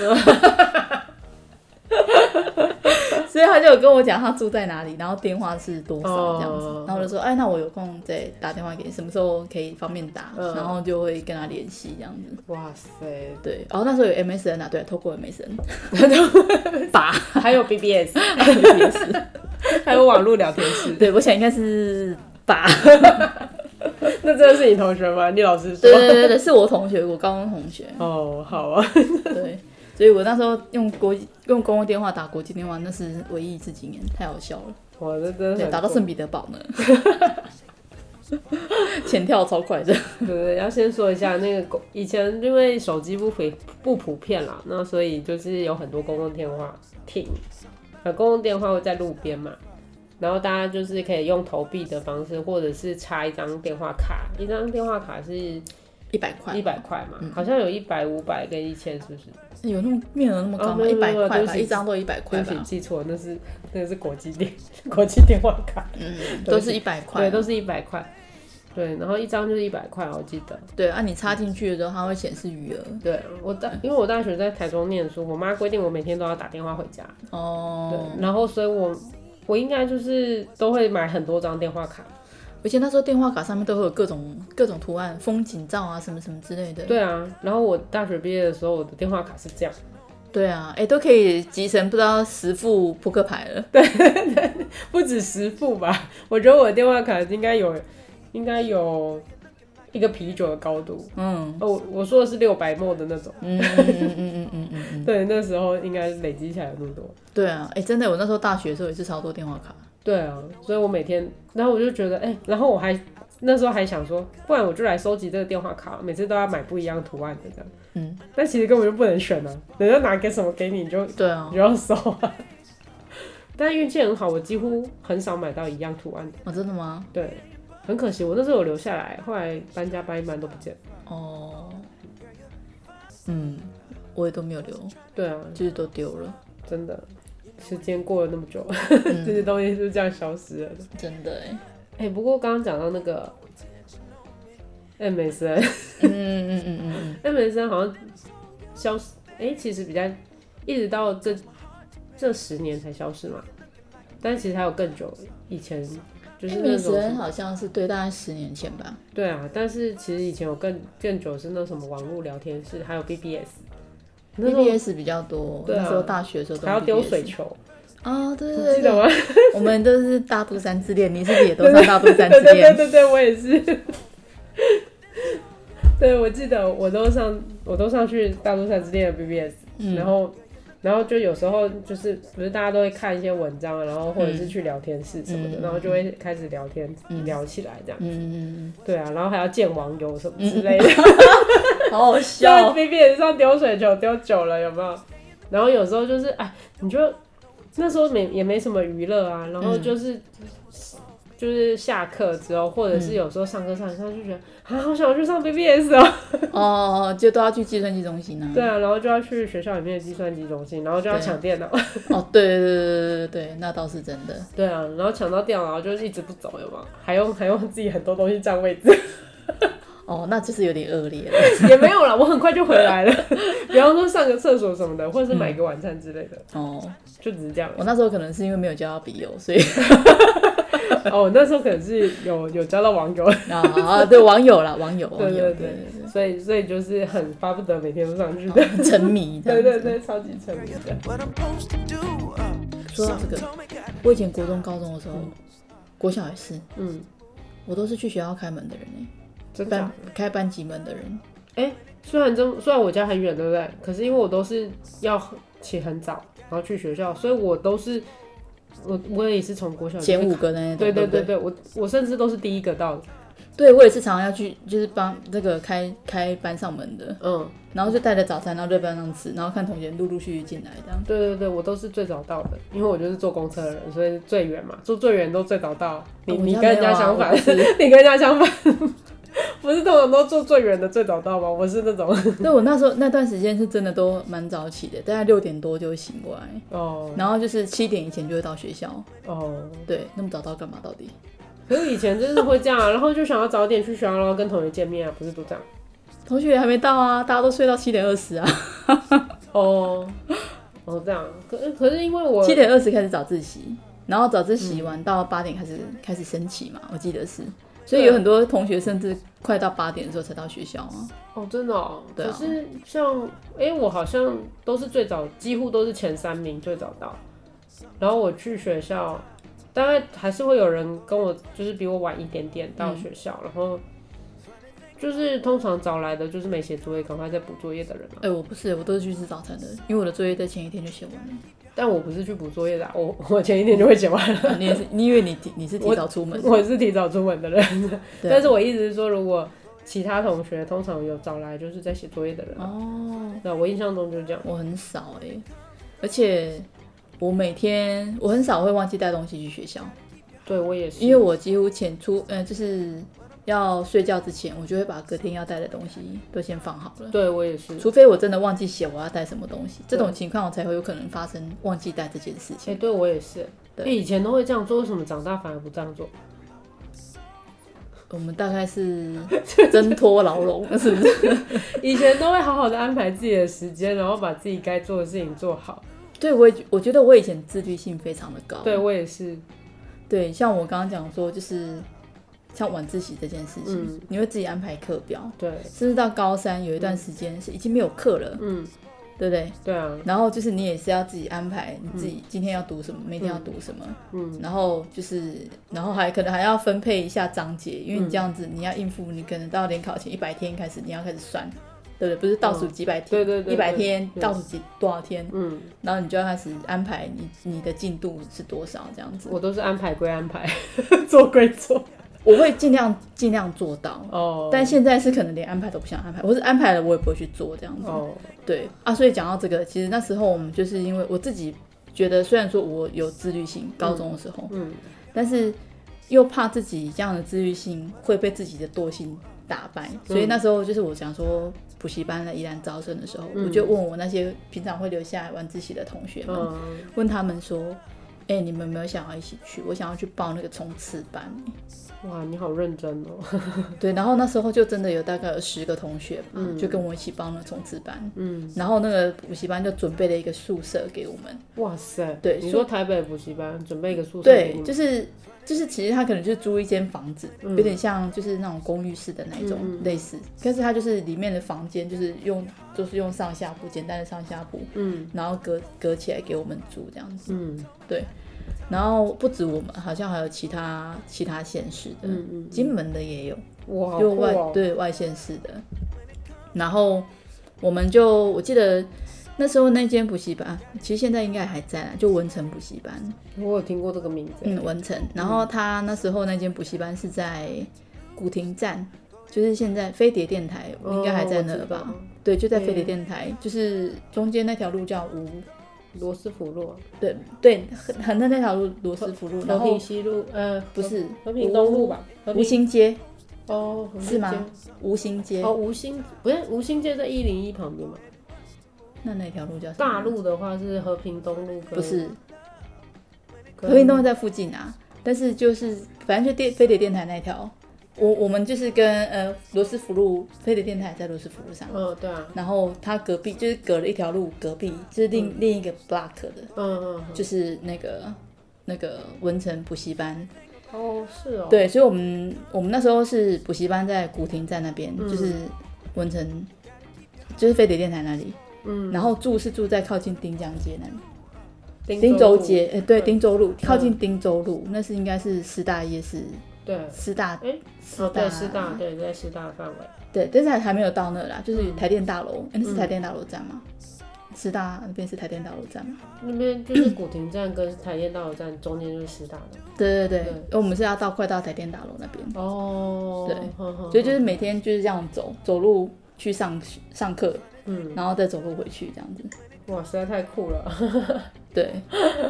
C: 所以他就有跟我讲他住在哪里，然后电话是多少这样子，
D: 哦
C: 然后我就说哎，那我有空再打电话给你，什么时候可以方便打，
D: 嗯
C: 然后就会跟他联系这样子。
D: 哇塞，
C: 对，然、后那时候有 MSN 啊，对，透过 MSN
D: 打还有 BBS，
C: 也是，
D: 还有网络聊天 室，
C: 嗯对我想应该是吧，
D: 那真的是你同学吗？你老师说
C: 对，对对对，是我同学，我高中同学，
D: 哦，好啊，
C: 对，所以我那时候用国际用公共电话打国际电话，那是唯一一次经验，太好笑了。
D: 哇，那真的
C: 对，
D: 很
C: 打到
D: 酷
C: 圣彼得堡呢， 前跳超快的。
D: 对对，对要先说一下那个公，以前因为手机不普不普遍啦，那所以就是有很多公共电话亭，呃，公共电话会在路边嘛，然后大家就是可以用投币的方式，或者是插一张电话卡，一张电话卡是一
C: 一百块，嗯
D: 百块嘛，好像有一百、五百跟一千，是不是？
C: 有那么面额那么高
D: 哦
C: 吗？
D: 没
C: 一
D: 有没
C: 百
D: 有
C: 块
D: 对不
C: 吧，
D: 起
C: 一张都一百
D: 对
C: 块
D: 不起，
C: 吧，
D: 记错，那是那个是国际电 国际电话卡，
C: 嗯都是一百块
D: 对，。都是一百块，对，然后一张就是一百块，我记得。
C: 对啊，你插进去的时候，它会显示余额。
D: 对我大，因为我大学在台中念书，我妈规定我每天都要打电话回家，对
C: 哦，，
D: 然后所以我我应该就是都会买很多张电话卡，
C: 而且那时候电话卡上面都会有各种各种图案，风景照啊，什么什么之类的。
D: 对啊，然后我大学毕业的时候，我的电话卡是这样，
C: 对啊，哎，都可以集成不知道十副扑克牌了。
D: 不止十副吧，我觉得我的电话卡应该有应该有一个啤酒的高度，
C: 嗯
D: 哦，我我说的是六百墨的那种，
C: 嗯嗯嗯嗯嗯嗯嗯，
D: 对，那时候应该累积起来有那么多，
C: 对啊，哎，真的，我那时候大学的时候也是超多电话卡。
D: 对啊，所以我每天，然后我就觉得，哎、然后我还那时候还想说，不然我就来收集这个电话卡，每次都要买不一样图案的这样。
C: 嗯，
D: 但其实根本就不能选啊，人家拿个什么给你，你就你
C: 对啊，
D: 就要收啊。 但运气很好，我几乎很少买到一样图案的，
C: 哦，真的吗？
D: 对，很可惜，我那时候有留下来，后来搬家搬一搬都不见了。
C: 哦，嗯，我也都没有留，
D: 对啊，
C: 就是都丢了，
D: 真的，时间过了那么久， 这
C: 嗯、
D: 些东西是不是这样消失了的。
C: 真的哎，
D: 哎、不过刚刚讲到那个 MSN，
C: 嗯嗯嗯嗯
D: MSN 好像消失，哎、其实比较一直到这这十年才消失嘛，但其实还有更久以前，就
C: 嗯
D: 是那种什
C: ，MSN
D: 么
C: 好像是对，大概十年前吧，
D: 对啊，但是其实以前有更更久是那什么网络聊天室，还有 BBS，那时候
C: BBS 比较多，
D: 对啊
C: 那时候大学的时候都
D: 还要丢
C: BBS
D: 水球，
C: 啊、 对
D: 你
C: 对
D: 记
C: 对
D: 得吗？
C: 我们都是大肚三之恋，你是不是也都上大肚三之
D: 对对对
C: 恋？
D: 对对，我也是。 对，我记得我都上我都上去大陆三之恋的 BBS，、然后然后就有时候就是不是大家都会看一些文章啊，然后或者是去聊天室什么的，然后就会开始聊天、聊起来这样。
C: 嗯，
D: 对啊，然后还要见网友什么之类的，
C: 好好
D: 在
C: 笑，哦
D: BBS 上丢水球丢久了有没有？然后有时候就是哎，你就那时候没也没什么娱乐啊，然后就是。就是下课之后，或者是有时候上课上一上就觉得、啊，好想去上 BBS 哦，
C: 哦，就都要去计算机中心啊。
D: 对，啊，然后就要去学校里面的计算机中心，然后就要
C: 对
D: 抢电脑，
C: 哦，对对对对对对，那倒是真的。
D: 对啊，然后抢到电脑，然后就是一直不走，有吗？还用还用自己很多东西占位置，
C: 哦，那就是有点恶劣了。
D: 也没有啦，我很快就回来了， 比方说上个厕所什么的，或者是买个晚餐之类的，
C: 哦，
D: 就只是这样。
C: 我那时候可能是因为没有交到笔友，所以
D: 哦，我那时候可能是有有交到网友，
C: 啊，对网友啦，网友，网
D: 对
C: 友，对
D: 对对，所以所以就是很巴不得每天都上去 的，
C: 对，沉迷哦这
D: 对
C: 样
D: 对
C: 子。
D: 对，超级沉迷的。
E: What I'm supposed to do. Uh,
C: 说到这个，我以前国中、高中的时候，国小也是，
D: 嗯，
C: 我都是去学校开门的人哎、
D: 真的
C: 班。开班级门的人，
D: 虽然真虽然我家很远，对不对？可是因为我都是要起很早，然后去学校，所以我都是我我也是从国小就
C: 前五个那一种
D: 对对
C: 对
D: 对
C: 不
D: 对，我我甚至都是第一个到的。
C: 对我也是常常要去，就是帮这个开开班上门的，
D: 嗯，
C: 然后就带着早餐，然后在班上吃，然后看同学陆陆续续进来这样。
D: 对对对，我都是最早到的，因为我就是坐公车的人，所以最远嘛，坐最远都最早到。你、
C: 我
D: 你
C: 家
D: 跟
C: 没
D: 人家
C: 有啊
D: 相反，
C: 我不是
D: 你跟人家相反，不是通常都坐最远的最早到吗？我是那种
C: 对我那时候那段时间是真的都蛮早起的，大概六点多就会醒过来，
D: 哦
C: 然后就是七点以前就会到学校。
D: 哦，
C: 对，那么早到干嘛？到底？
D: 可是以前就是会这样啊，然 后就想要早点去学校，然后跟同学见面啊，不是都这样？
C: 同学还没到啊，大家都睡到七点二十啊，
D: 哦， 哦，这样，可可是因为我嗯
C: 七点二十开始早自习，然后早自习完到八点开始、开始升旗嘛，我记得
D: 啊
C: 是，所以有很多同学甚至快到八点的时候才到学校啊。
D: 哦，真的哦，
C: 对啊
D: 可是像哎、我好像都是最早，几乎都是前三名最早到。然后我去学校，大概还是会有人跟我，就是比我晚一点点到学校，然后就是通常早来的就是没写作业，赶快在补作业的人嘛。啊
C: 哎、我不是，我都是去吃早餐的，因为我的作业在前一天就写完了。
D: 但我不是去补作业的啊、我 我前一天就会写完了，
C: 啊、你也是，你以为你提你是提早出门？
D: 我是提早出门的人。
C: 对
D: 但是我意思是说，如果其他同学通常有早来，就是在写作业的人啊、
C: 哦，
D: 那我印象中就是这样。
C: 我很少哎、而且我每天我很少会忘记带东西去学校，
D: 对我也是，
C: 因为我几乎前出呃就是要睡觉之前，我就会把隔天要带的东西都先放好了。
D: 对我也是。
C: 除非我真的忘记写我要带什么东西，这种情况我才会有可能发生忘记带这件事
D: 哎、
C: 情。
D: 对我也是。哎、
C: 对
D: 以前都会这样做，为什么长大反而不这样做？
C: 我们大概是挣脱牢笼，是不 是？
D: 以前都会好好的安排自己的时间，然后把自己该做的事情做好。
C: 对，我也觉我觉得我以前自律性非常的高。
D: 对我也是，
C: 对，像我刚刚讲说，就是像晚自习这件事情，
D: 嗯
C: 你会自己安排课表，
D: 对，
C: 甚至到高三有一段时间是已经没有课了，
D: 嗯，
C: 对不对？
D: 对啊，
C: 然后就是你也是要自己安排你自己今天要读什么，明天要读什么，
D: 嗯，
C: 然后就是，然后还可能还要分配一下章节，因为你这样子你要应付，你可能到联考前一百天开始你要开始算，对不对？不是倒数几百天，
D: 哦对对对对
C: 一百天
D: 对
C: 倒数几多少天，
D: 嗯，
C: 然后你就要开始安排你你的进度是多少这样子。
D: 我都是安排归安排， 做归做。
C: 我会尽量尽量做到，
D: 哦，
C: 但现在是可能连安排都不想安排，我是安排了我也不会去做这样子。
D: 哦，
C: 对啊，所以讲到这个，其实那时候我们就是因为我自己觉得，虽然说我有自律性，高中的时候，
D: 嗯，
C: 但是又怕自己这样的自律性会被自己的惰性打败，所
D: 嗯
C: 以那时候就是我想说补习班来依然招生的时候，我就问我那些平常会留下来晚自习的同学们，
D: 嗯，
C: 问他们说：“哎、你们有没有想要一起去？我想要去报那个冲刺班。
D: 哇，你好认真哦。
C: 对，然后那时候就真的有大概有十个同学吧，就跟我一起报那个冲刺班。
D: 嗯，
C: 然后那个补习班就准备了一个宿舍给我们，
D: 哇塞，
C: 对
D: 你说台北补习班准备一个宿舍给
C: 对，
D: 你们，嗯
C: 就是就是，其实他可能就是租一间房子，有点像就是那种公寓式的那一种类似，但是他就是里面的房间就是用就是用上下铺简单的上下铺，
D: 嗯
C: 然后隔隔起来给我们住这样子，
D: 嗯
C: 对。然后不止我们，好像还有其他其他县市的，
D: 嗯嗯
C: 金门的也有，
D: 嗯，哇，好
C: 就
D: 酷
C: 外、
D: 哦，
C: 对外县市的。然后我们就我记得那时候那间补习班，啊其实现在应该还在啦，就文成补习班，
D: 我有听过这个名字。
C: 嗯，文成。然后他那时候那间补习班是在古亭站，就是现在飞碟电台，
D: 哦
C: 应该还在那
D: 我知道
C: 吧？对，就在飞碟
D: 嗯
C: 电台，就是中间那条路叫吴，
D: 罗斯福路啊、
C: 对对，横横的那条路罗斯福路，然
D: 嗯和
C: 后
D: 平西路，呃，
C: 不是
D: 和平东路吧？和
C: 吴
D: 平
C: 兴街
D: 哦，和平
C: 是吗
D: 街？嗯
C: 吴兴街
D: 哦，吴兴不是吴兴街在一零一旁边嘛？
C: 那那条路叫什么
D: 大？陆的话是和平东路跟，
C: 不是，
D: 跟
C: 和平东路在附近啊，但是就是反正就电飞碟电台那条，我我们就是跟呃罗斯福路飞碟电台在罗斯福路上，
D: 嗯，对啊，
C: 然后它隔壁就是隔了一条路，隔壁就是另、
D: 嗯
C: 另一个 block 的，
D: 嗯嗯，嗯
C: 就是那个那个文成补习班，
D: 哦，是哦，，
C: 对，所以我们我们那时候是补习班在古亭站那边，就是文成，就是飞碟电台那里。
D: 嗯，
C: 然后住是住在靠近丁江街那里，
D: 汀
C: 汀州
D: 州路嗯
C: 街，，哎、对，汀州路，靠近汀州路，那是应该是师大夜市，
D: 对，
C: 师大
D: 哎，
C: 师
D: 哦，
C: 大
D: 对，师大，嗯对，在师大的范围，
C: 对，但是还还没有到那啦，就是台电大楼，哎、那是
D: 嗯
C: 台电大楼站吗？师大那边是台电大楼站吗？
D: 那边就是古亭站跟台电大楼站中间就是师大的。
C: 对对对，我
D: 对
C: 们是要到快到台电大楼那边，
D: 哦，
C: 对
D: 哼，哼
C: 所以就是每天就是这样走，走路去上上课，
D: 嗯，
C: 然后再走路回去这样子。
D: 哇，实在太酷了。
C: 对，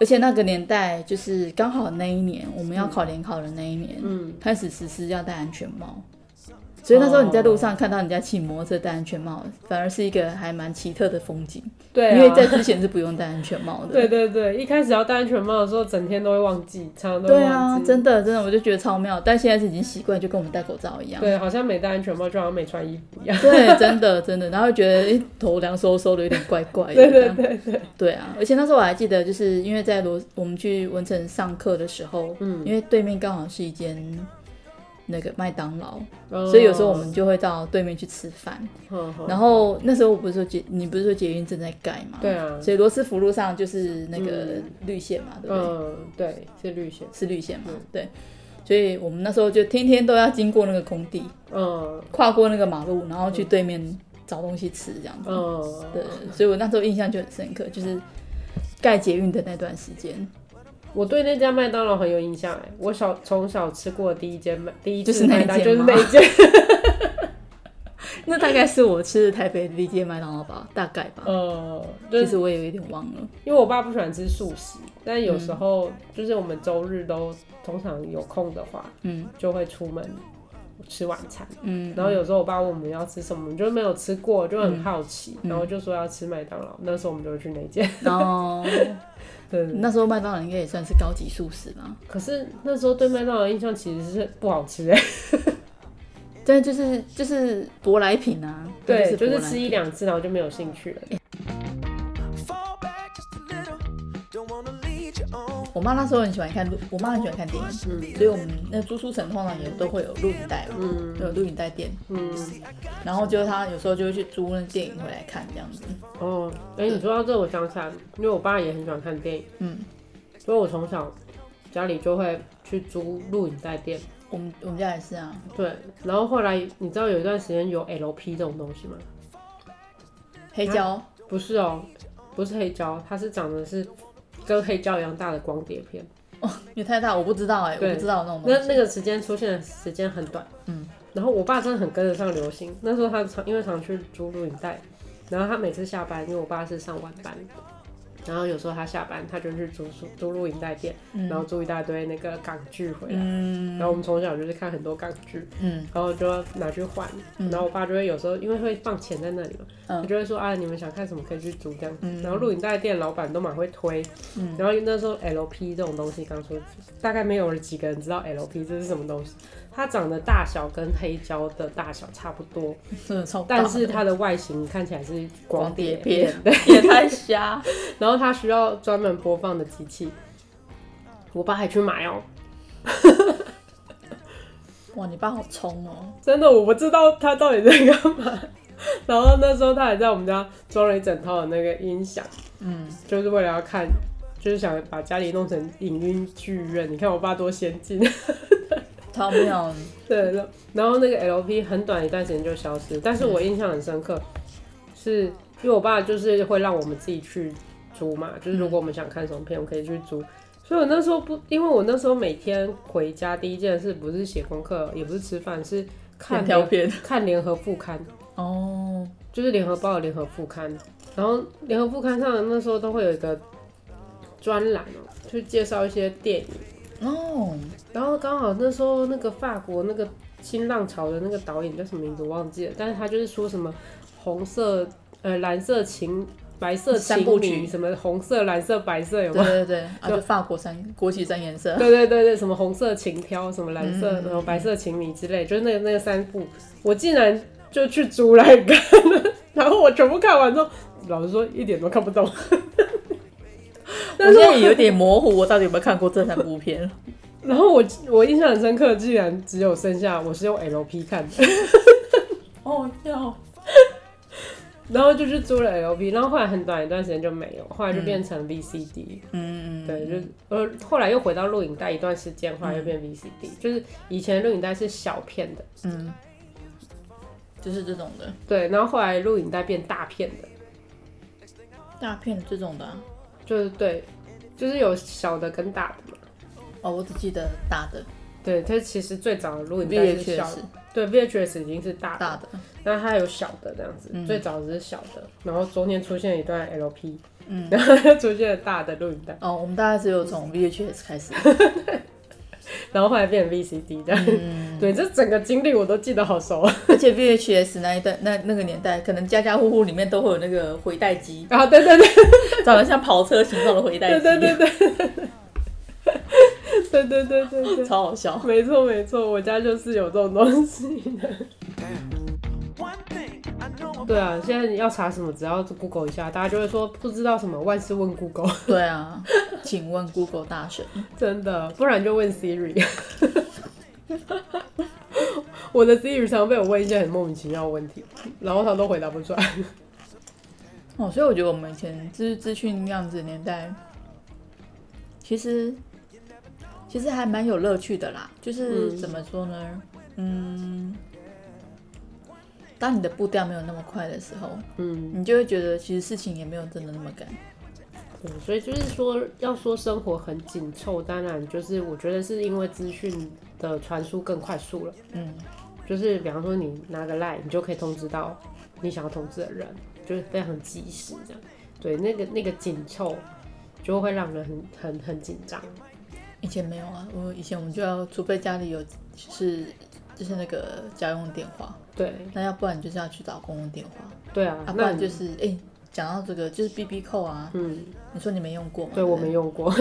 C: 而且那个年代就是刚好那一年我们要考联考的那一年，
D: 嗯，
C: 开始实施要戴安全帽，所以那时候你在路上看到人家骑摩托车戴安全帽，反而是一个还蛮奇特的风景，
D: 对啊
C: 因为在之前是不用戴安全帽的。
D: 对对对，一开始要戴安全帽的时候，整天都会忘记，常常都会
C: 对啊
D: 忘，记。
C: 真的真的，我就觉得超妙，但现在是已经习惯，就跟我们戴口罩一样。
D: 对，好像没戴安全帽就好像没穿衣服一样。
C: 对，真的真的，然后觉得、诶头凉飕飕的，有点怪怪的。
D: 对
C: 这
D: 对
C: 样
D: 对对，
C: 对啊，而且那时候我还记得，就是因为在罗我们去文成上课的时候，
D: 嗯
C: 因为对面刚好是一间那个麦当劳，
D: 哦
C: 所以有时候我们，就会到对面去吃饭。
D: 哼哼
C: 然后那时候我不是说捷，你不是说捷运正在盖嘛？
D: 对啊
C: 所以罗斯福路上就是那个绿线嘛，对不对？
D: 嗯，对，是绿线，
C: 是绿线嘛，对。所以我们那时候就天天都要经过那个工地，
D: 嗯
C: 跨过那个马路，然后去对面找东西吃，这样子。
D: 嗯，
C: 对，所以我那时候印象就很深刻，就是盖捷运的那段时间，
D: 我对那家麦当劳很有印象哎，我小从小吃过的第一间麦第一
C: 就
D: 次
C: 是那
D: 麦
C: 一
D: 当
C: 间
D: 就是
C: 吗
D: 那一间，
C: 那大概是我吃的台北的一间麦当劳吧，大概吧。
D: 呃，就
C: 其
D: 是
C: 实我也有一点忘了。
D: 因为我爸不喜欢吃素食，但有
C: 嗯
D: 时候就是我们周日都通常有空的话，
C: 嗯
D: 就会出门吃晚餐。
C: 嗯，
D: 然后有时候我爸问我们要吃什么，我们就没有吃过，就很好奇，
C: 嗯
D: 然后就说要吃麦当劳。那时候我们就会去那 间。
C: 然后
D: 对，对对
C: 那时候麦当劳应该也算是高级素食吧，
D: 可是那时候对麦当劳的印象其实是不好 吃哎、
C: 但就是就是舶来品啊，
D: 对，
C: 就
D: 就是
C: 舶
D: 吃
C: 来
D: 一两次，然后就没有兴趣了。
C: 哎
E: Fall back just a little. Don't wanna lead you on.
C: 我妈那时候很喜欢看录，我妈很喜欢看电影，所以我们那租书城通常也都会有录影带嘛，有录影带店，
D: 嗯，
C: 然后就她有时候就会去租那电影回来看这样子，
D: 哦，哎、你说到这，我想起来，因为我爸也很喜欢看电影，
C: 嗯，
D: 所以我从小家里就会去租录影带店。
C: 我们我们家也是啊，
D: 对，然后后来你知道有一段时间有 LP 这种东西吗？
C: 黑胶，
D: 不是哦，不是黑胶，它是长的是跟黑胶一样大的光碟片。
C: 也太大，我不知道哎、
D: 对
C: 我不知道那种东
D: 那
C: 西，
D: 那个时间出现的时间很短，
C: 嗯。
D: 然后我爸真的很跟得上流行，那时候他常因为常去租录影带，然后他每次下班，因为我爸是上晚班，然后有时候他下班他就去租租租录影带店，然后租一大堆那个港剧回来。
C: 嗯
D: 然后我们从小就是看很多港剧，
C: 嗯
D: 然后就要拿去换，然后我爸就会有时候因为会放钱在那里嘛，
C: 嗯
D: 他就会说啊，你们想看什么可以去租这样子。
C: 嗯
D: 然后录影带店老板都蛮会推，
C: 嗯
D: 然后那时候 LP 这种东西刚出，大概没有人几个人知道 LP 这是什么东西。它长得大小跟黑胶的大小差不多，
C: 真的超大的，
D: 但是它的外形看起来是光
C: 光碟
D: 碟
C: 片
D: 片，对。
C: 也太瞎，
D: 然后它需要专门播放的机器，我爸还去买哦、
C: 哇，你爸好冲哦，
D: 真的我不知道他到底在干嘛。然后那时候他还在我们家装了一整套的那个音响，
C: 嗯，
D: 就是为了要看，就是想把家里弄成影音剧院。你看我爸多先进，
C: 超妙，
D: 对。然后然后那个 LP 很短一段时间就消失，但是我印象很深刻，是因为我爸就是会让我们自己去租嘛，就是如果我们想看什么片，我们可以去租。所以我那时候不，因为我那时候每天回家第一件事不是写功课，也不是吃饭，是看
C: 条
D: 联
C: 片
D: 看联合副刊。
C: 哦，
D: 就是联合报的联合副刊，然后联合副刊上那时候都会有一个专栏哦，去介绍一些电影，
C: 哦，
D: 然后刚好那时候那个法国那个新浪潮的那个导演叫什么名字我忘记了，但是他就是说什么红色呃蓝色情白色情
C: 三部曲
D: 迷什么红色蓝色白色有没
C: 对
D: 有？
C: 对对，啊，
D: 就
C: 就法国三国旗三颜色，
D: 对对对对，什么红色情挑，什么蓝色，然后白色情迷之类，就是那那个三部，我竟然就去租来看了，然后我全部看完之后，老实说一点都看不懂。
C: 我现在也有点模糊，我到底有没有看过这三部片？
D: 然后我我印象很深刻，居然只有剩下我是用 LP 看的，
C: 哦要，
D: 然后就去租了 LP，然后后来很短一段时间就没有，后来就变成 VCD，、
C: 嗯，
D: 对，就呃后来又回到录影带一段时间，后来又变 VCD，、就是以前录影带是小片的，
C: 嗯，就是这种的
D: 对，然后后来录影带变大片的，
C: 大片这种的啊、
D: 就是对，就是有小的跟大的嘛，
C: 哦，我只记得大的
D: 对，它其实最早的录影带是小
C: VHS
D: 的对 VHS 已经是大的
C: 大的，
D: 那它有小的这样子，
C: 嗯
D: 最早只是小的，然后中间出现一段 LP，
C: 嗯
D: 然后又出现了大的录影带，
C: 哦，我们大概只有从 VHS 开始，
D: 然后后来变成 VCD 这样。对，这整个经历我都记得好熟。
C: 而且 VHS 那一代那那个年代，可能家家户户里面都会有那个回带 机，
D: 啊，对对对
C: 长得像跑车形状的回带
D: 对
C: 机，
D: 对对对对对对对对对，
C: 超好笑。
D: 没错没错，我家就是有这种东西的。
E: One thing I know about
D: 对啊，现在你要查什么，只要 Google 一下，大家就会说不知道什么，万事问 Google，
C: 对啊， 请问 Google 大神，
D: 真的，不然就问 Siri。我的 Siri 常被我问一些很莫名其妙的问题，然后他都回答不出来。
C: 哦，所以我觉得我们以前资资讯量子年代，其实其实还蛮有乐趣的啦。就是、
D: 嗯
C: 怎么说呢，嗯，当你的步调没有那么快的时候，
D: 嗯，
C: 你就会觉得其实事情也没有真的那么赶。
D: 对，所以就是说，要说生活很紧凑，当然就是我觉得是因为资讯的传输更快速了。
C: 嗯，
D: 就是比方说你拿个 line，你就可以通知到你想要通知的人，就是非常及时这样。对，那个那个紧凑就会让人很很很紧张。
C: 以前没有啊，我以前我们就要，除非家里有就是就是那个家用电话，
D: 对
C: 那要不然你就是要去找公用电话，
D: 对啊，
C: 啊，不
D: 那
C: 然
D: 你
C: 就是哎。讲到这个，就是 B B 扣啊，
D: 嗯，
C: 你说你没用过吗？
D: 对
C: 不
D: 我没用过。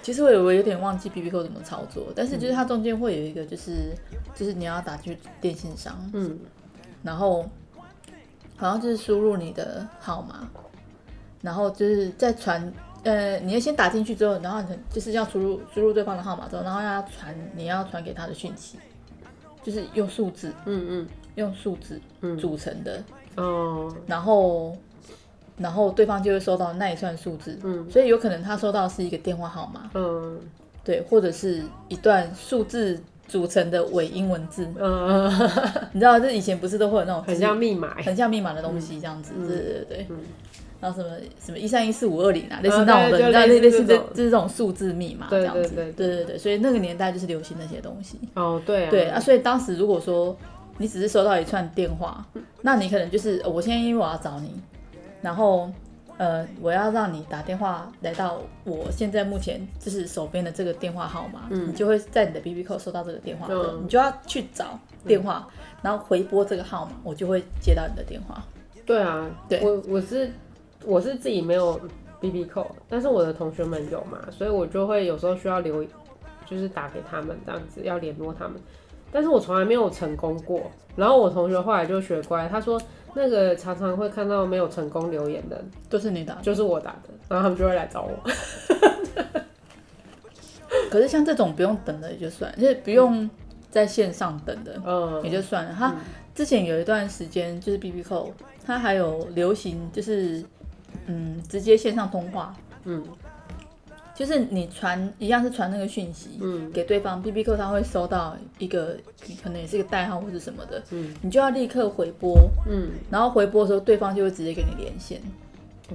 C: 其实我有我有点忘记 B B Q 怎么操作，但是就是它中间会有一个，就是就是你要打去电信商，
D: 嗯，
C: 然后好像就是输入你的号码，然后就是再传，呃，你要先打进去之后，然后你就是要输入输入对方的号码之后，然后要传你要传给他的讯息，就是用数字
D: 嗯
C: 用数字
D: 嗯
C: 组成的，
D: 嗯，哦，
C: 然后然后对方就会收到那一串数字，
D: 嗯
C: 所以有可能他收到的是一个电话号码。
D: 嗯
C: 对，或者是一段数字组成的伪英文字，
D: 嗯，
C: 你知道，这以前不是都会有那种
D: 很像密码欸。
C: 很像密码的东西这样子，
D: 嗯
C: 对对对。
D: 嗯
C: 然后什么什么一三一四五二零啊，类似
D: 啊
C: 那种的，
D: 对
C: 你知道，
D: 就
C: 类
D: 类似
C: 似
D: 这
C: 这
D: 种
C: 就是这种数字密码这
D: 对
C: 样子，
D: 对对
C: 对对对。所以那个年代就是流行那些东西，
D: 哦，对啊，
C: 对啊。所以当时如果说你只是收到一串电话，那你可能就是、哦我现在因为我要找你，然后呃，我要让你打电话来到我现在目前就是手边的这个电话号码，你就会在你的 B B 扣收到这个电话，
D: 嗯
C: 你就要去找电话，然后回拨这个号码，我就会接到你的电话。
D: 对啊，
C: 对
D: 我我是我是自己没有 B B 扣，但是我的同学们有嘛，所以我就会有时候需要留，就是打给他们这样子，要联络他们。但是我从来没有成功过。然后我同学后来就学乖，他说那个常常会看到没有成功留言的，
C: 都是你打的，
D: 就是我打的，然后他们就会来找我。
C: 可是像这种不用等的也就算，就是不用在线上等的
D: 嗯，
C: 也就算了。他之前有一段时间就是 B B 扣，他还有流行就是嗯直接线上通话，
D: 嗯
C: 就是你传一样是传那个讯息，
D: 嗯
C: 给对方，B B Q 他会收到一个可能也是一个代号或者什么的，
D: 嗯
C: 你就要立刻回拨，
D: 嗯，
C: 然后回拨的时候对方就会直接跟你连线。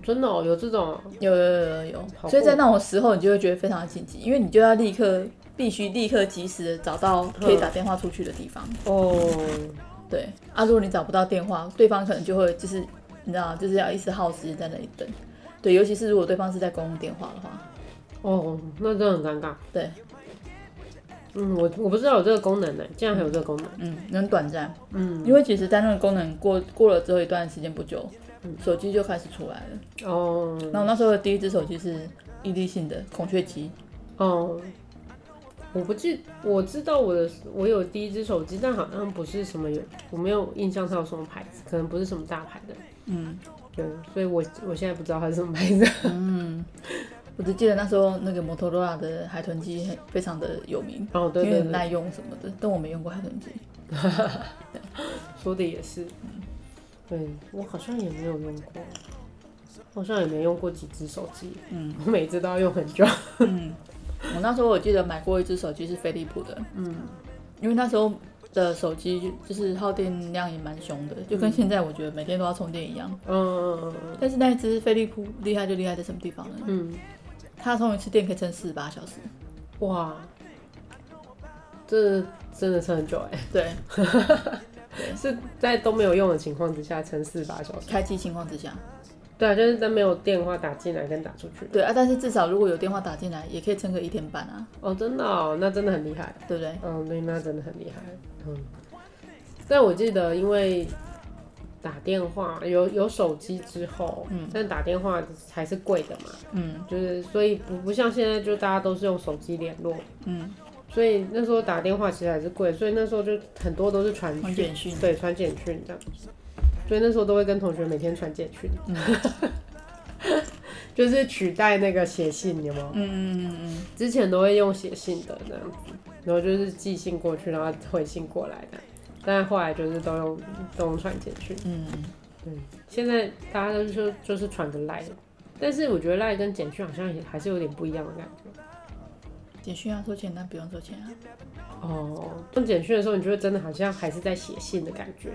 D: 真的、哦、有这种哦，
C: 有有有有有，
D: 好
C: 所以在那种时候你就会觉得非常紧急，因为你就要立刻必须立刻及时的找
D: 嗯
C: 到可以打电话出去的地方。
D: 哦
C: 对，啊，如果你找不到电话，对方可能就会就是你知道就是要一直耗时间在那里等。对，尤其是如果对方是在公用电话的话，
D: 哦，那真的很尴尬。
C: 对，
D: 嗯，我我不知道有这个功能呢，竟然还有这个功能。
C: 嗯，很短暂。
D: 嗯，
C: 因为其实单论功能过过了之后一段时间不久，
D: 嗯
C: 手机就开始出来了。
D: 哦
C: 然后我那时候的第一只手机是伊利信的孔雀机，
D: 哦，我不记，我知道我的我有第一只手机，但好像不是什么有，我没有印象它有什么牌子，可能不是什么大牌的。
C: 嗯，
D: 对，所以我我现在不知道它是什么牌子。
C: 我只记得那时候那个摩托罗拉的海豚机很非常的有名，
D: 哦对对
C: 因为
D: 对
C: 很耐用什么的，但我没用过海豚机。
D: 说的也是，对我好像也没有用过，我好像也没用过几只手机，嗯，我每只都要用很久，
C: 我那时候我记得买过一只手机是飞利浦的，嗯，因为那时候的手机就是耗电量也蛮凶的，就跟现在我觉得每天都要充电一样。
D: 嗯嗯
C: 但是那一只飞利浦厉害就厉害在什么地方呢？
D: 嗯，
C: 它充一次电可以撑四十八 小时。
D: 哇，这真的撑很久哎、
C: 对，
D: 是在都没有用的情况之下撑四十八小时，
C: 开机情况之下，
D: 对啊，就是在没有电话打进来跟打出去，
C: 对啊，但是至少如果有电话打进来，也可以撑个一天半啊，
D: 哦，真的哦，那真的很厉害。
C: 对不对？
D: 嗯，对，那真的很厉害。嗯，但我记得，因为打电话有有手机之后，嗯，但打电话还是贵的嘛，
C: 嗯，
D: 就是所以不不像现在就大家都是用手机联络，
C: 嗯，
D: 所以那时候打电话其实还是贵，所以那时候就很多都是传
C: 传
D: 讯，
C: 简讯
D: 对，传简讯这样子，所以那时候都会跟同学每天传简讯， 就是取代那个写信，有没有？
C: 嗯嗯嗯
D: 之前都会用写信的这样子，然后就是寄信过去，然后回信过来的。但后来就是都用都用传简讯，
C: 嗯嗯，
D: 现在大家都就就是传个赖，但是我觉得赖跟简讯好像也还是有点不一样的感觉。
C: 简讯要收钱，但不用收钱啊。
D: 哦，用简讯的时候，你就会真的好像还是在写信的感觉，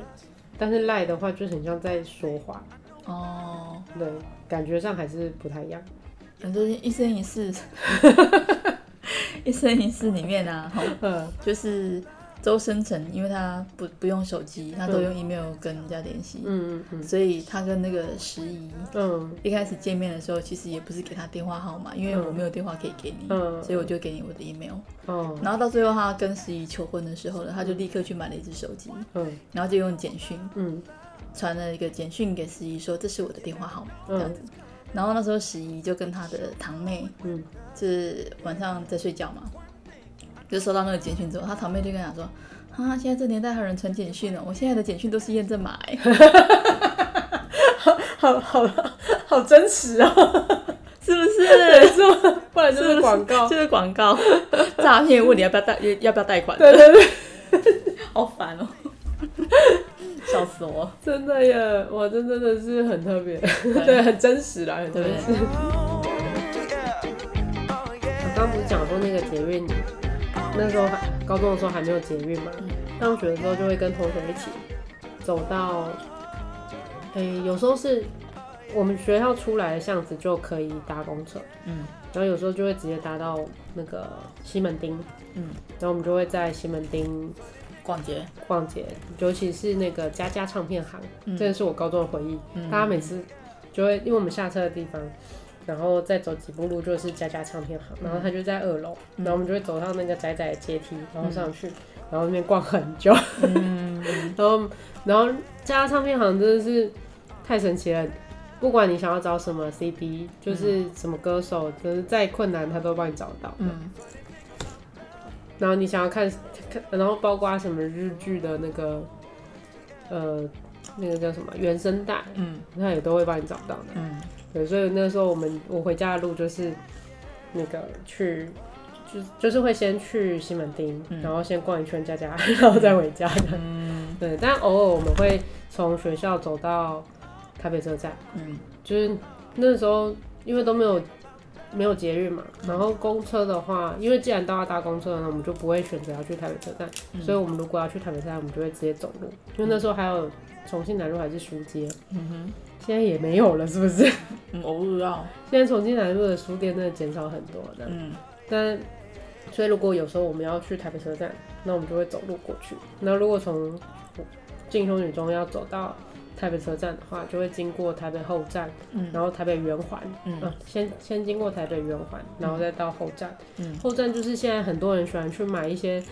D: 但是赖的话就很像在说话，
C: 哦，
D: 对，感觉上还是不太一样。
C: 反正一生一世， 一生一世里面啊，吼
D: 嗯，
C: 就是周生辰，因为他不不用手机，他都
D: 嗯
C: 用 email 跟人家联系，
D: 嗯嗯
C: 所以他跟那个时宜
D: 嗯
C: 一开始见面的时候，其实也不是给他电话号码，因为
D: 嗯
C: 我没有电话可以给你，
D: 嗯
C: 所以我就给你我的 email。
D: 嗯哦
C: 然后到最后他跟时宜求婚的时候呢，他就立刻去买了一只手机，
D: 嗯
C: 然后就用简讯
D: 嗯
C: 传了一个简讯给时宜说这是我的电话号码这样子
D: 嗯。
C: 然后那时候时宜就跟他的堂妹
D: 嗯
C: 就是晚上在睡觉嘛，就收到那个简讯之后，他堂妹就跟他说：“啊，现在这年代还有人传简讯哦呢、我现在的简讯都是验证码、 欸。
D: 好好好真实哦，
C: 是 不是？
D: 是吗？不然就是
C: 不
D: 广告。
C: 就是广告诈骗，问你要不要贷，要不要贷款？
D: 对对对，
C: 好烦 哦、笑死我！
D: 真的耶，哇，这真的是很特别，对，很真实啦，很真
C: 对
D: 实。
C: 不对？
E: oh,
D: 我刚不是讲说那个捷运，那时候还高中的时候还没有捷运嘛，上学的时候就会跟同学一起走到，诶、有时候是我们学校出来的巷子就可以搭公车，
C: 嗯，
D: 然后有时候就会直接搭到那个西门町，
C: 嗯，
D: 然后我们就会在西门町
C: 逛街，
D: 逛街，尤其是那个佳佳唱片行，
C: 嗯
D: 这个是我高中的回忆。大家每次就会，因为我们下车的地方，然后再走几步路就是佳佳唱片行，然后它就在二楼，
C: 嗯
D: 然后我们就会走到那个窄窄的阶梯，然后上去，然后那边逛很久。 然后，然后佳佳唱片行真的是太神奇了。不管你想要找什么 CD，就是什么歌手，就是再困难他都帮你找到。
C: 嗯，
D: 然后你想要看看，然后包括什么日剧的那个，呃，那个叫什么原声带，
C: 嗯，
D: 那也都会帮你找到的。
C: 嗯，
D: 对，所以那时候我们我回家的路就是那个去，就是就是会先去西门町，然后先逛一圈家家，然后再回家的。嗯，对，但偶尔我们会从学校走到台北车站，
C: 嗯，
D: 就是那时候因为都没有。没有捷运嘛，然后公车的话，因为既然都要搭公车了，那我们就不会选择要去台北车站，所以我们如果要去台北车站，我们就会直接走路，因为那时候还有重庆南路还是书街，嗯哼，现在也没有了，是不是？
C: 嗯，我不知道，
D: 现在重庆南路的书店真的减少很多的，
C: 嗯
D: 但所以如果有时候我们要去台北车站，那我们就会走路过去。那如果从进修女中要走到台北车站的话，就会经过台北后站，
C: 嗯
D: 然后台北圆环，
C: 嗯
D: 啊，先先经过台北圆环，然后再到后站。
C: 嗯
D: 后站就是现在很多人喜欢去买一些，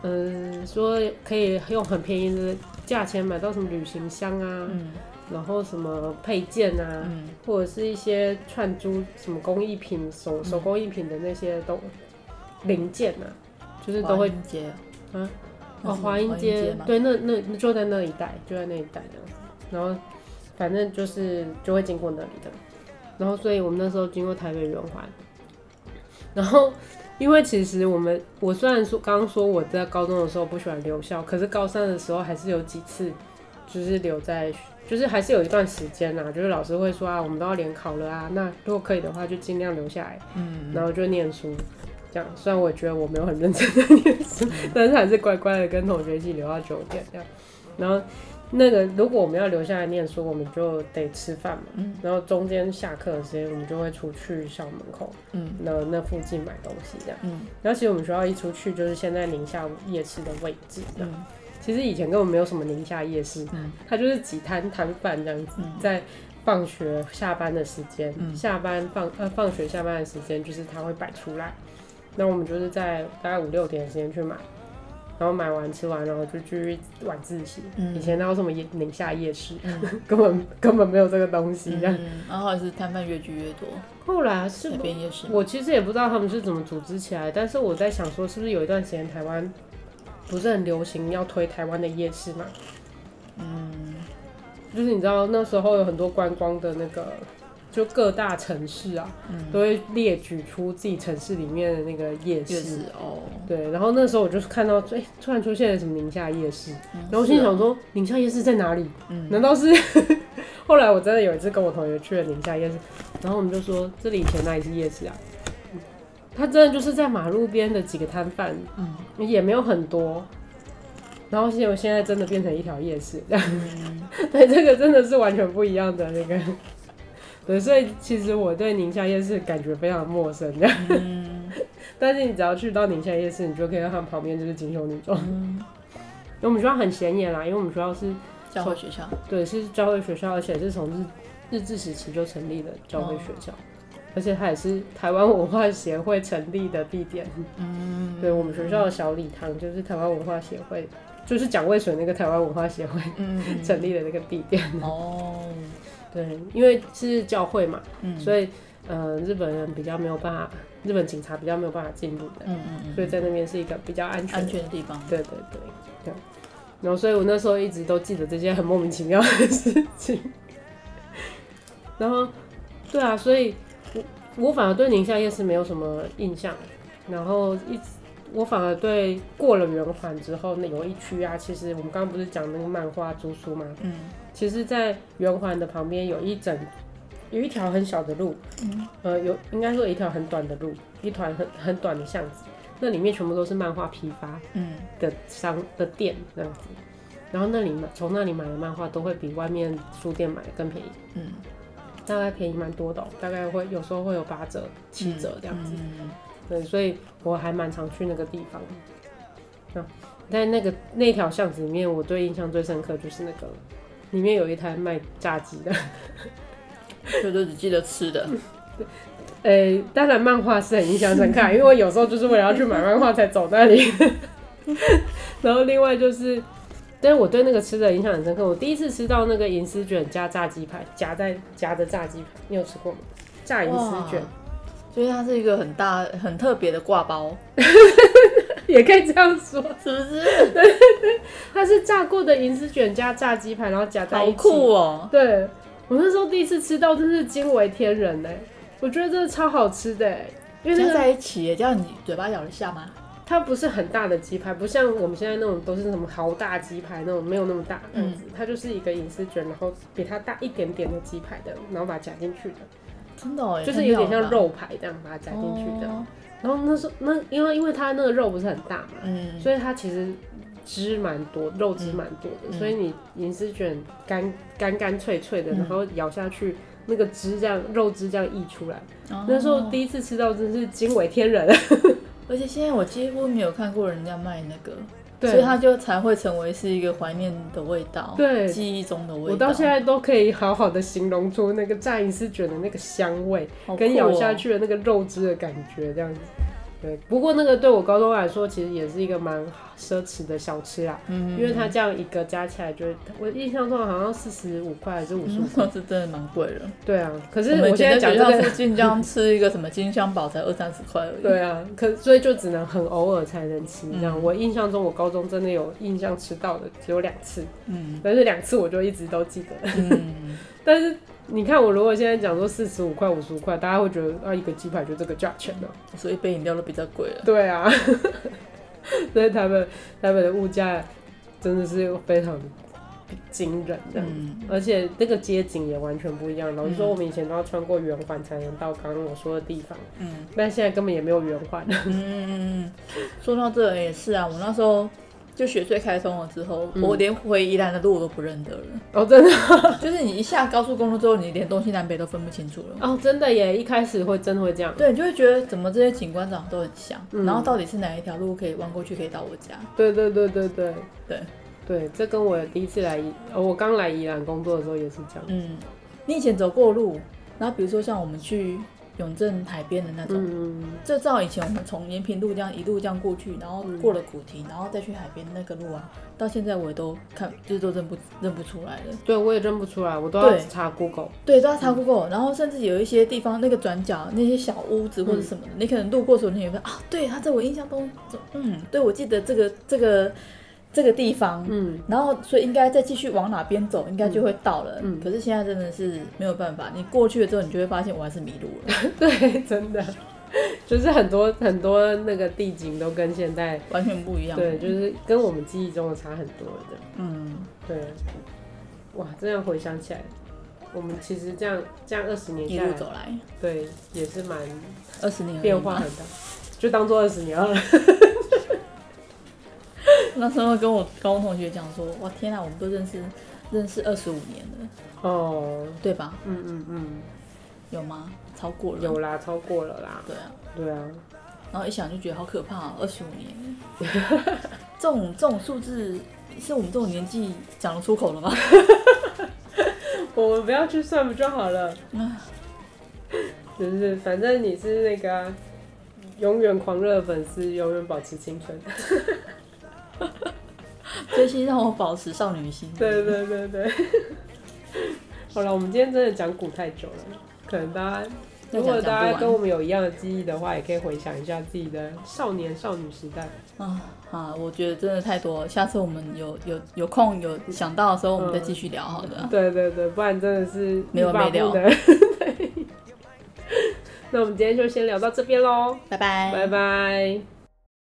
D: 嗯、说可以用很便宜的价钱买到什么旅行箱啊，
C: 嗯
D: 然后什么配件啊，
C: 嗯
D: 或者是一些串珠什么工艺品、手手工艺品的那些东零件啊，就是都会
C: 华阴街，
D: 啊，
C: 那
D: 哦，
C: 是
D: 华阴
C: 华阴
D: 街
C: 街吗，
D: 对，那那那就在那一带，就在那一带这样子，然后反正就是就会经过那里的。然后所以我们那时候经过台北圆环，然后因为其实我们我虽然说刚刚说我在高中的时候不喜欢留校，可是高三的时候还是有几次就是留在，就是还是有一段时间啦，就是老师会说啊，我们都要联考了啊，那如果可以的话就尽量留下来，嗯，然后就念书。这样，虽然我觉得我没有很认真在念书， 但是还是乖乖的跟同学一起留到九点这样。然后那个如果我们要留下来念书，我们就得吃饭嘛。
C: 嗯
D: 然后中间下课的时间，我们就会出去校门口，
C: 嗯，
D: 那那附近买东西这样。
C: 嗯，
D: 然后其实我们学校一出去就是现在宁夏夜市的位置这样。
C: 嗯
D: 其实以前根本没有什么宁夏夜市，
C: 嗯
D: 它就是几摊摊贩这样子，
C: 嗯
D: 在放学下班的时间，
C: 嗯
D: 下班放呃放学下班的时间，就是它会摆出来。那我们就是在大概五六点的时间去买，然后买完吃完，然后就去晚自习。
C: 嗯
D: 以前哪有什么夜宁夏夜市，
C: 嗯
D: 根本根本没有这个东西。这样
C: 嗯，然后后来是摊贩越聚越多，
D: 后来是
C: 那边也是，
D: 我其实也不知道他们是怎么组织起来，但是我在想说，是不是有一段时间台湾不是很流行要推台湾的夜市嘛？嗯，就是你知道那时候有很多观光的那个，就各大城市啊，都会列举出自己城市里面的那个夜
C: 越
D: 市
C: 是。哦，
D: 对，然后那时候我就是看到，哎、突然出现了什么宁夏夜市，
C: 嗯
D: 然后我心
C: 是哦
D: 想说，宁夏夜市在哪里？
C: 嗯
D: 难道是？ 后来我真的有一次跟我同学去了宁夏夜市，然后我们就说这里以前那里是夜市啊，他真的就是在马路边的几个摊贩，
C: 嗯
D: 也没有很多。然后现我现在真的变成一条夜市，
C: 嗯
D: 对，这个真的是完全不一样的那个， 对，所以其实我对宁夏夜市感觉非常陌生这样，
C: 嗯
D: 但是你只要去到宁夏夜市，你就可以看到旁边就是金修女装，
C: 嗯，
D: 因为我们学校很显眼啦，因为我们学校是
C: 教会学校，
D: 对，是教会学校，而且是从日日治时期就成立的教会学
C: 哦
D: 校，而且它也是台湾文化协会成立的地点。
C: 嗯
D: 对我们学校的小礼堂就是台湾文化协会，就是蒋渭水那个台湾文化协会
C: 嗯嗯
D: 成立的那个地点。
C: 哦，
D: 对，因为是教会嘛，
C: 嗯，以
D: 所以呃，日本人比较没有办法，日本警察比较没有办法进入的，
C: 嗯嗯嗯，
D: 所以在那边是一个比较安全
C: 安
D: 的
C: 全的地方，
D: 对对对对。然后，所以我那时候一直都记得这些很莫名其妙的事情。然后，对啊，所以我我反而对宁夏夜市没有什么印象。然后一直我反而对过了圆环之后，那有一区啊，其实我们刚刚不是讲那个漫画租书吗？
C: 嗯
D: 其实，在圆环的旁边有一整有一条很小的路，呃，有应该说一条很短的路，一团很很短的巷子，那里面全部都是漫画批发。
C: 嗯
D: 的商的店这样子，然后那里买从那里买的漫画都会比外面书店买的更便宜，
C: 嗯，
D: 大概便宜蛮多的哦、大概会有时候会有八折、七折这样子。
C: 嗯
D: 对，所以我还蛮常去那个地方。嗯，在那个那条巷子里面，我对印象最深刻就是那个里面有一摊卖炸鸡的，
C: 就都只记得吃的，
D: 呃、当然漫画是很印象深刻，啊因为我有时候就是为了要去买漫画才走那里。 然后另外就是，但是我对那个吃的印象很深刻。我第一次吃到那个银丝卷加炸鸡排，夹在夹着炸鸡排，你有吃过吗？炸银丝卷
C: 哇所以它是一个很大很特别的挂包，
D: 也可以这样说，
C: 是不 是？
D: 它是炸过的银丝卷加炸鸡排，然后夹在
C: 好
D: 一起。
C: 酷哦！
D: 对我那时候第一次吃到，真是惊为天人呢、欸我觉得真的超好吃的、欸因为那
C: 加
D: 个
C: 在一起耶，这样你嘴巴咬得下吗？
D: 它不是很大的鸡排，不像我们现在那种都是什么豪大鸡排那种，没有那么大这样子。
C: 嗯
D: 它就是一个隐私卷，然后比它大一点点的鸡排的，然后把它夹进去的，
C: 真的哦，
D: 就是有点像肉排这样把它夹进去的。
C: 哦
D: 然后那时候那因为因为它那个肉不是很大嘛，
C: 嗯，
D: 所以它其实汁蛮多，肉汁蛮多的，
C: 嗯
D: 所以你银丝卷干干干脆脆的，
C: 嗯
D: 然后咬下去。那个汁这样，肉汁这样溢出来，
C: 哦
D: 那时候第一次吃到真是惊为 天人。
C: 而且现在我几乎没有看过人家卖那个，
D: 对
C: 所以它就才会成为是一个怀念的味道，
D: 对
C: 记忆中的味道。
D: 我到现在都可以好好的形容出那个炸银丝卷的那个香味，
C: 好酷哦
D: 跟咬下，去的那个肉汁的感觉，这样子。对，不过那个对我高中来说，其实也是一个蛮奢侈的小吃啦，
C: 嗯
D: 因为它这样一个加起来就，我印象中好像四十五块还是五十五
C: 嗯。那是真的蛮贵 的，
D: 对啊，可是
C: 嗯我们
D: 我
C: 以
D: 现在
C: 前在
D: 讲
C: 学
D: 这
C: 校
D: 个，
C: 附 近这样吃一个什么金香堡才二三十块而已。
D: 对啊，可所以就只能很偶尔才能吃。这样，
C: 嗯
D: 我印象中我高中真的有印象吃到的只有两次，
C: 嗯
D: 但是两次我就一直都记得。
C: 嗯
D: 但是你看我如果现在讲说四十五块、五十五块，大家会觉得啊，一个鸡排就这个价钱呢、
C: 所以杯饮料都比较贵了。
D: 对啊， 所以台北台北的物价真的是非常惊人的，
C: 嗯，
D: 而且那个街景也完全不一样。老实说，
C: 嗯
D: 我们以前都要穿过圆环才能到刚刚我说的地方，
C: 嗯
D: 但现在根本也没有圆环。
C: 嗯，说到这也是啊，我那时候就雪隧开通了之后，
D: 嗯
C: 我连回宜兰的路我都不认得了。
D: 哦，真的
C: 就是你一下高速公路之后，你连东西南北都分不清楚了。
D: 哦，真的耶！一开始会真的会这样。
C: 对，你就会觉得怎么这些景观长得都很像，
D: 嗯
C: 然后到底是哪一条路可以弯过去可以到我家？
D: 对对对对对
C: 对，
D: 对，这跟我第一次来宜，哦我刚来宜兰工作的时候也是这样。
C: 嗯，你以前走过路，然后比如说像我们去永正海边的那种，
D: 嗯，
C: 这照以前我们从延平路这样一路这样过去，然后
D: 嗯
C: 过了古亭，然后再去海边那个路啊，到现在我也都看，就是都认不认不出来了。
D: 对我也认不出来，我都要
C: 对
D: 查 Google。
C: 对，都要
D: 嗯
C: 查 Google，、然后甚至有一些地方那个转角那些小屋子
D: 嗯
C: 或者什么的，你可能路过的时候，你也会啊，对，它在我印象中，嗯，对我记得这个这个这个地方，
D: 嗯，
C: 然后所以应该再继续往哪边走，应该就会到了。
D: 嗯
C: 可是现在真的是没有办法，你过去了之后，你就会发现我还是迷路了，
D: 对，真的，就是很多很多那个地景都跟现在
C: 完全不一样。
D: 对，就是跟我们记忆中的差很多的。
C: 嗯，
D: 对，哇，这样回想起来，我们其实这样这样二十年
C: 一
D: 下
C: 路
D: 来，
C: 走来
D: 对，也是蛮
C: 二十年而已
D: 变化
C: 嘛
D: 很大，就当做二十年了。
C: 那时候跟我高中同学讲说，哇天啊，我们都认识认识二十五年了，
D: 哦，
C: 对吧？
D: 嗯嗯嗯，
C: 有吗？超过了。
D: 有啦，超过了啦。
C: 对啊，
D: 对啊，
C: 然后一想就觉得好可怕哦，二十五年。这种这种数字是我们这种年纪讲得出口的吗？
D: 我们不要去算不就好了？就是反正你是那个啊、永远狂热的粉丝，永远保持青 春。
C: 追星让我保持少女心。
D: 对对对对。 好了，我们今天真的讲古太久了，可能大家
C: 再讲
D: 如果
C: 讲不
D: 大家
C: 完
D: 跟我们有一样的记忆的话，也可以回想一下自己的少年少女时代。
C: 啊啊！我觉得真的太多了，下次我们有有有空有想到的时候，我们再继续聊好了。
D: 嗯对对对，不然真的是
C: 没完没了
D: 欲罢不 能。对，那我们今天就先聊到这边喽，
C: 拜拜，
D: 拜拜。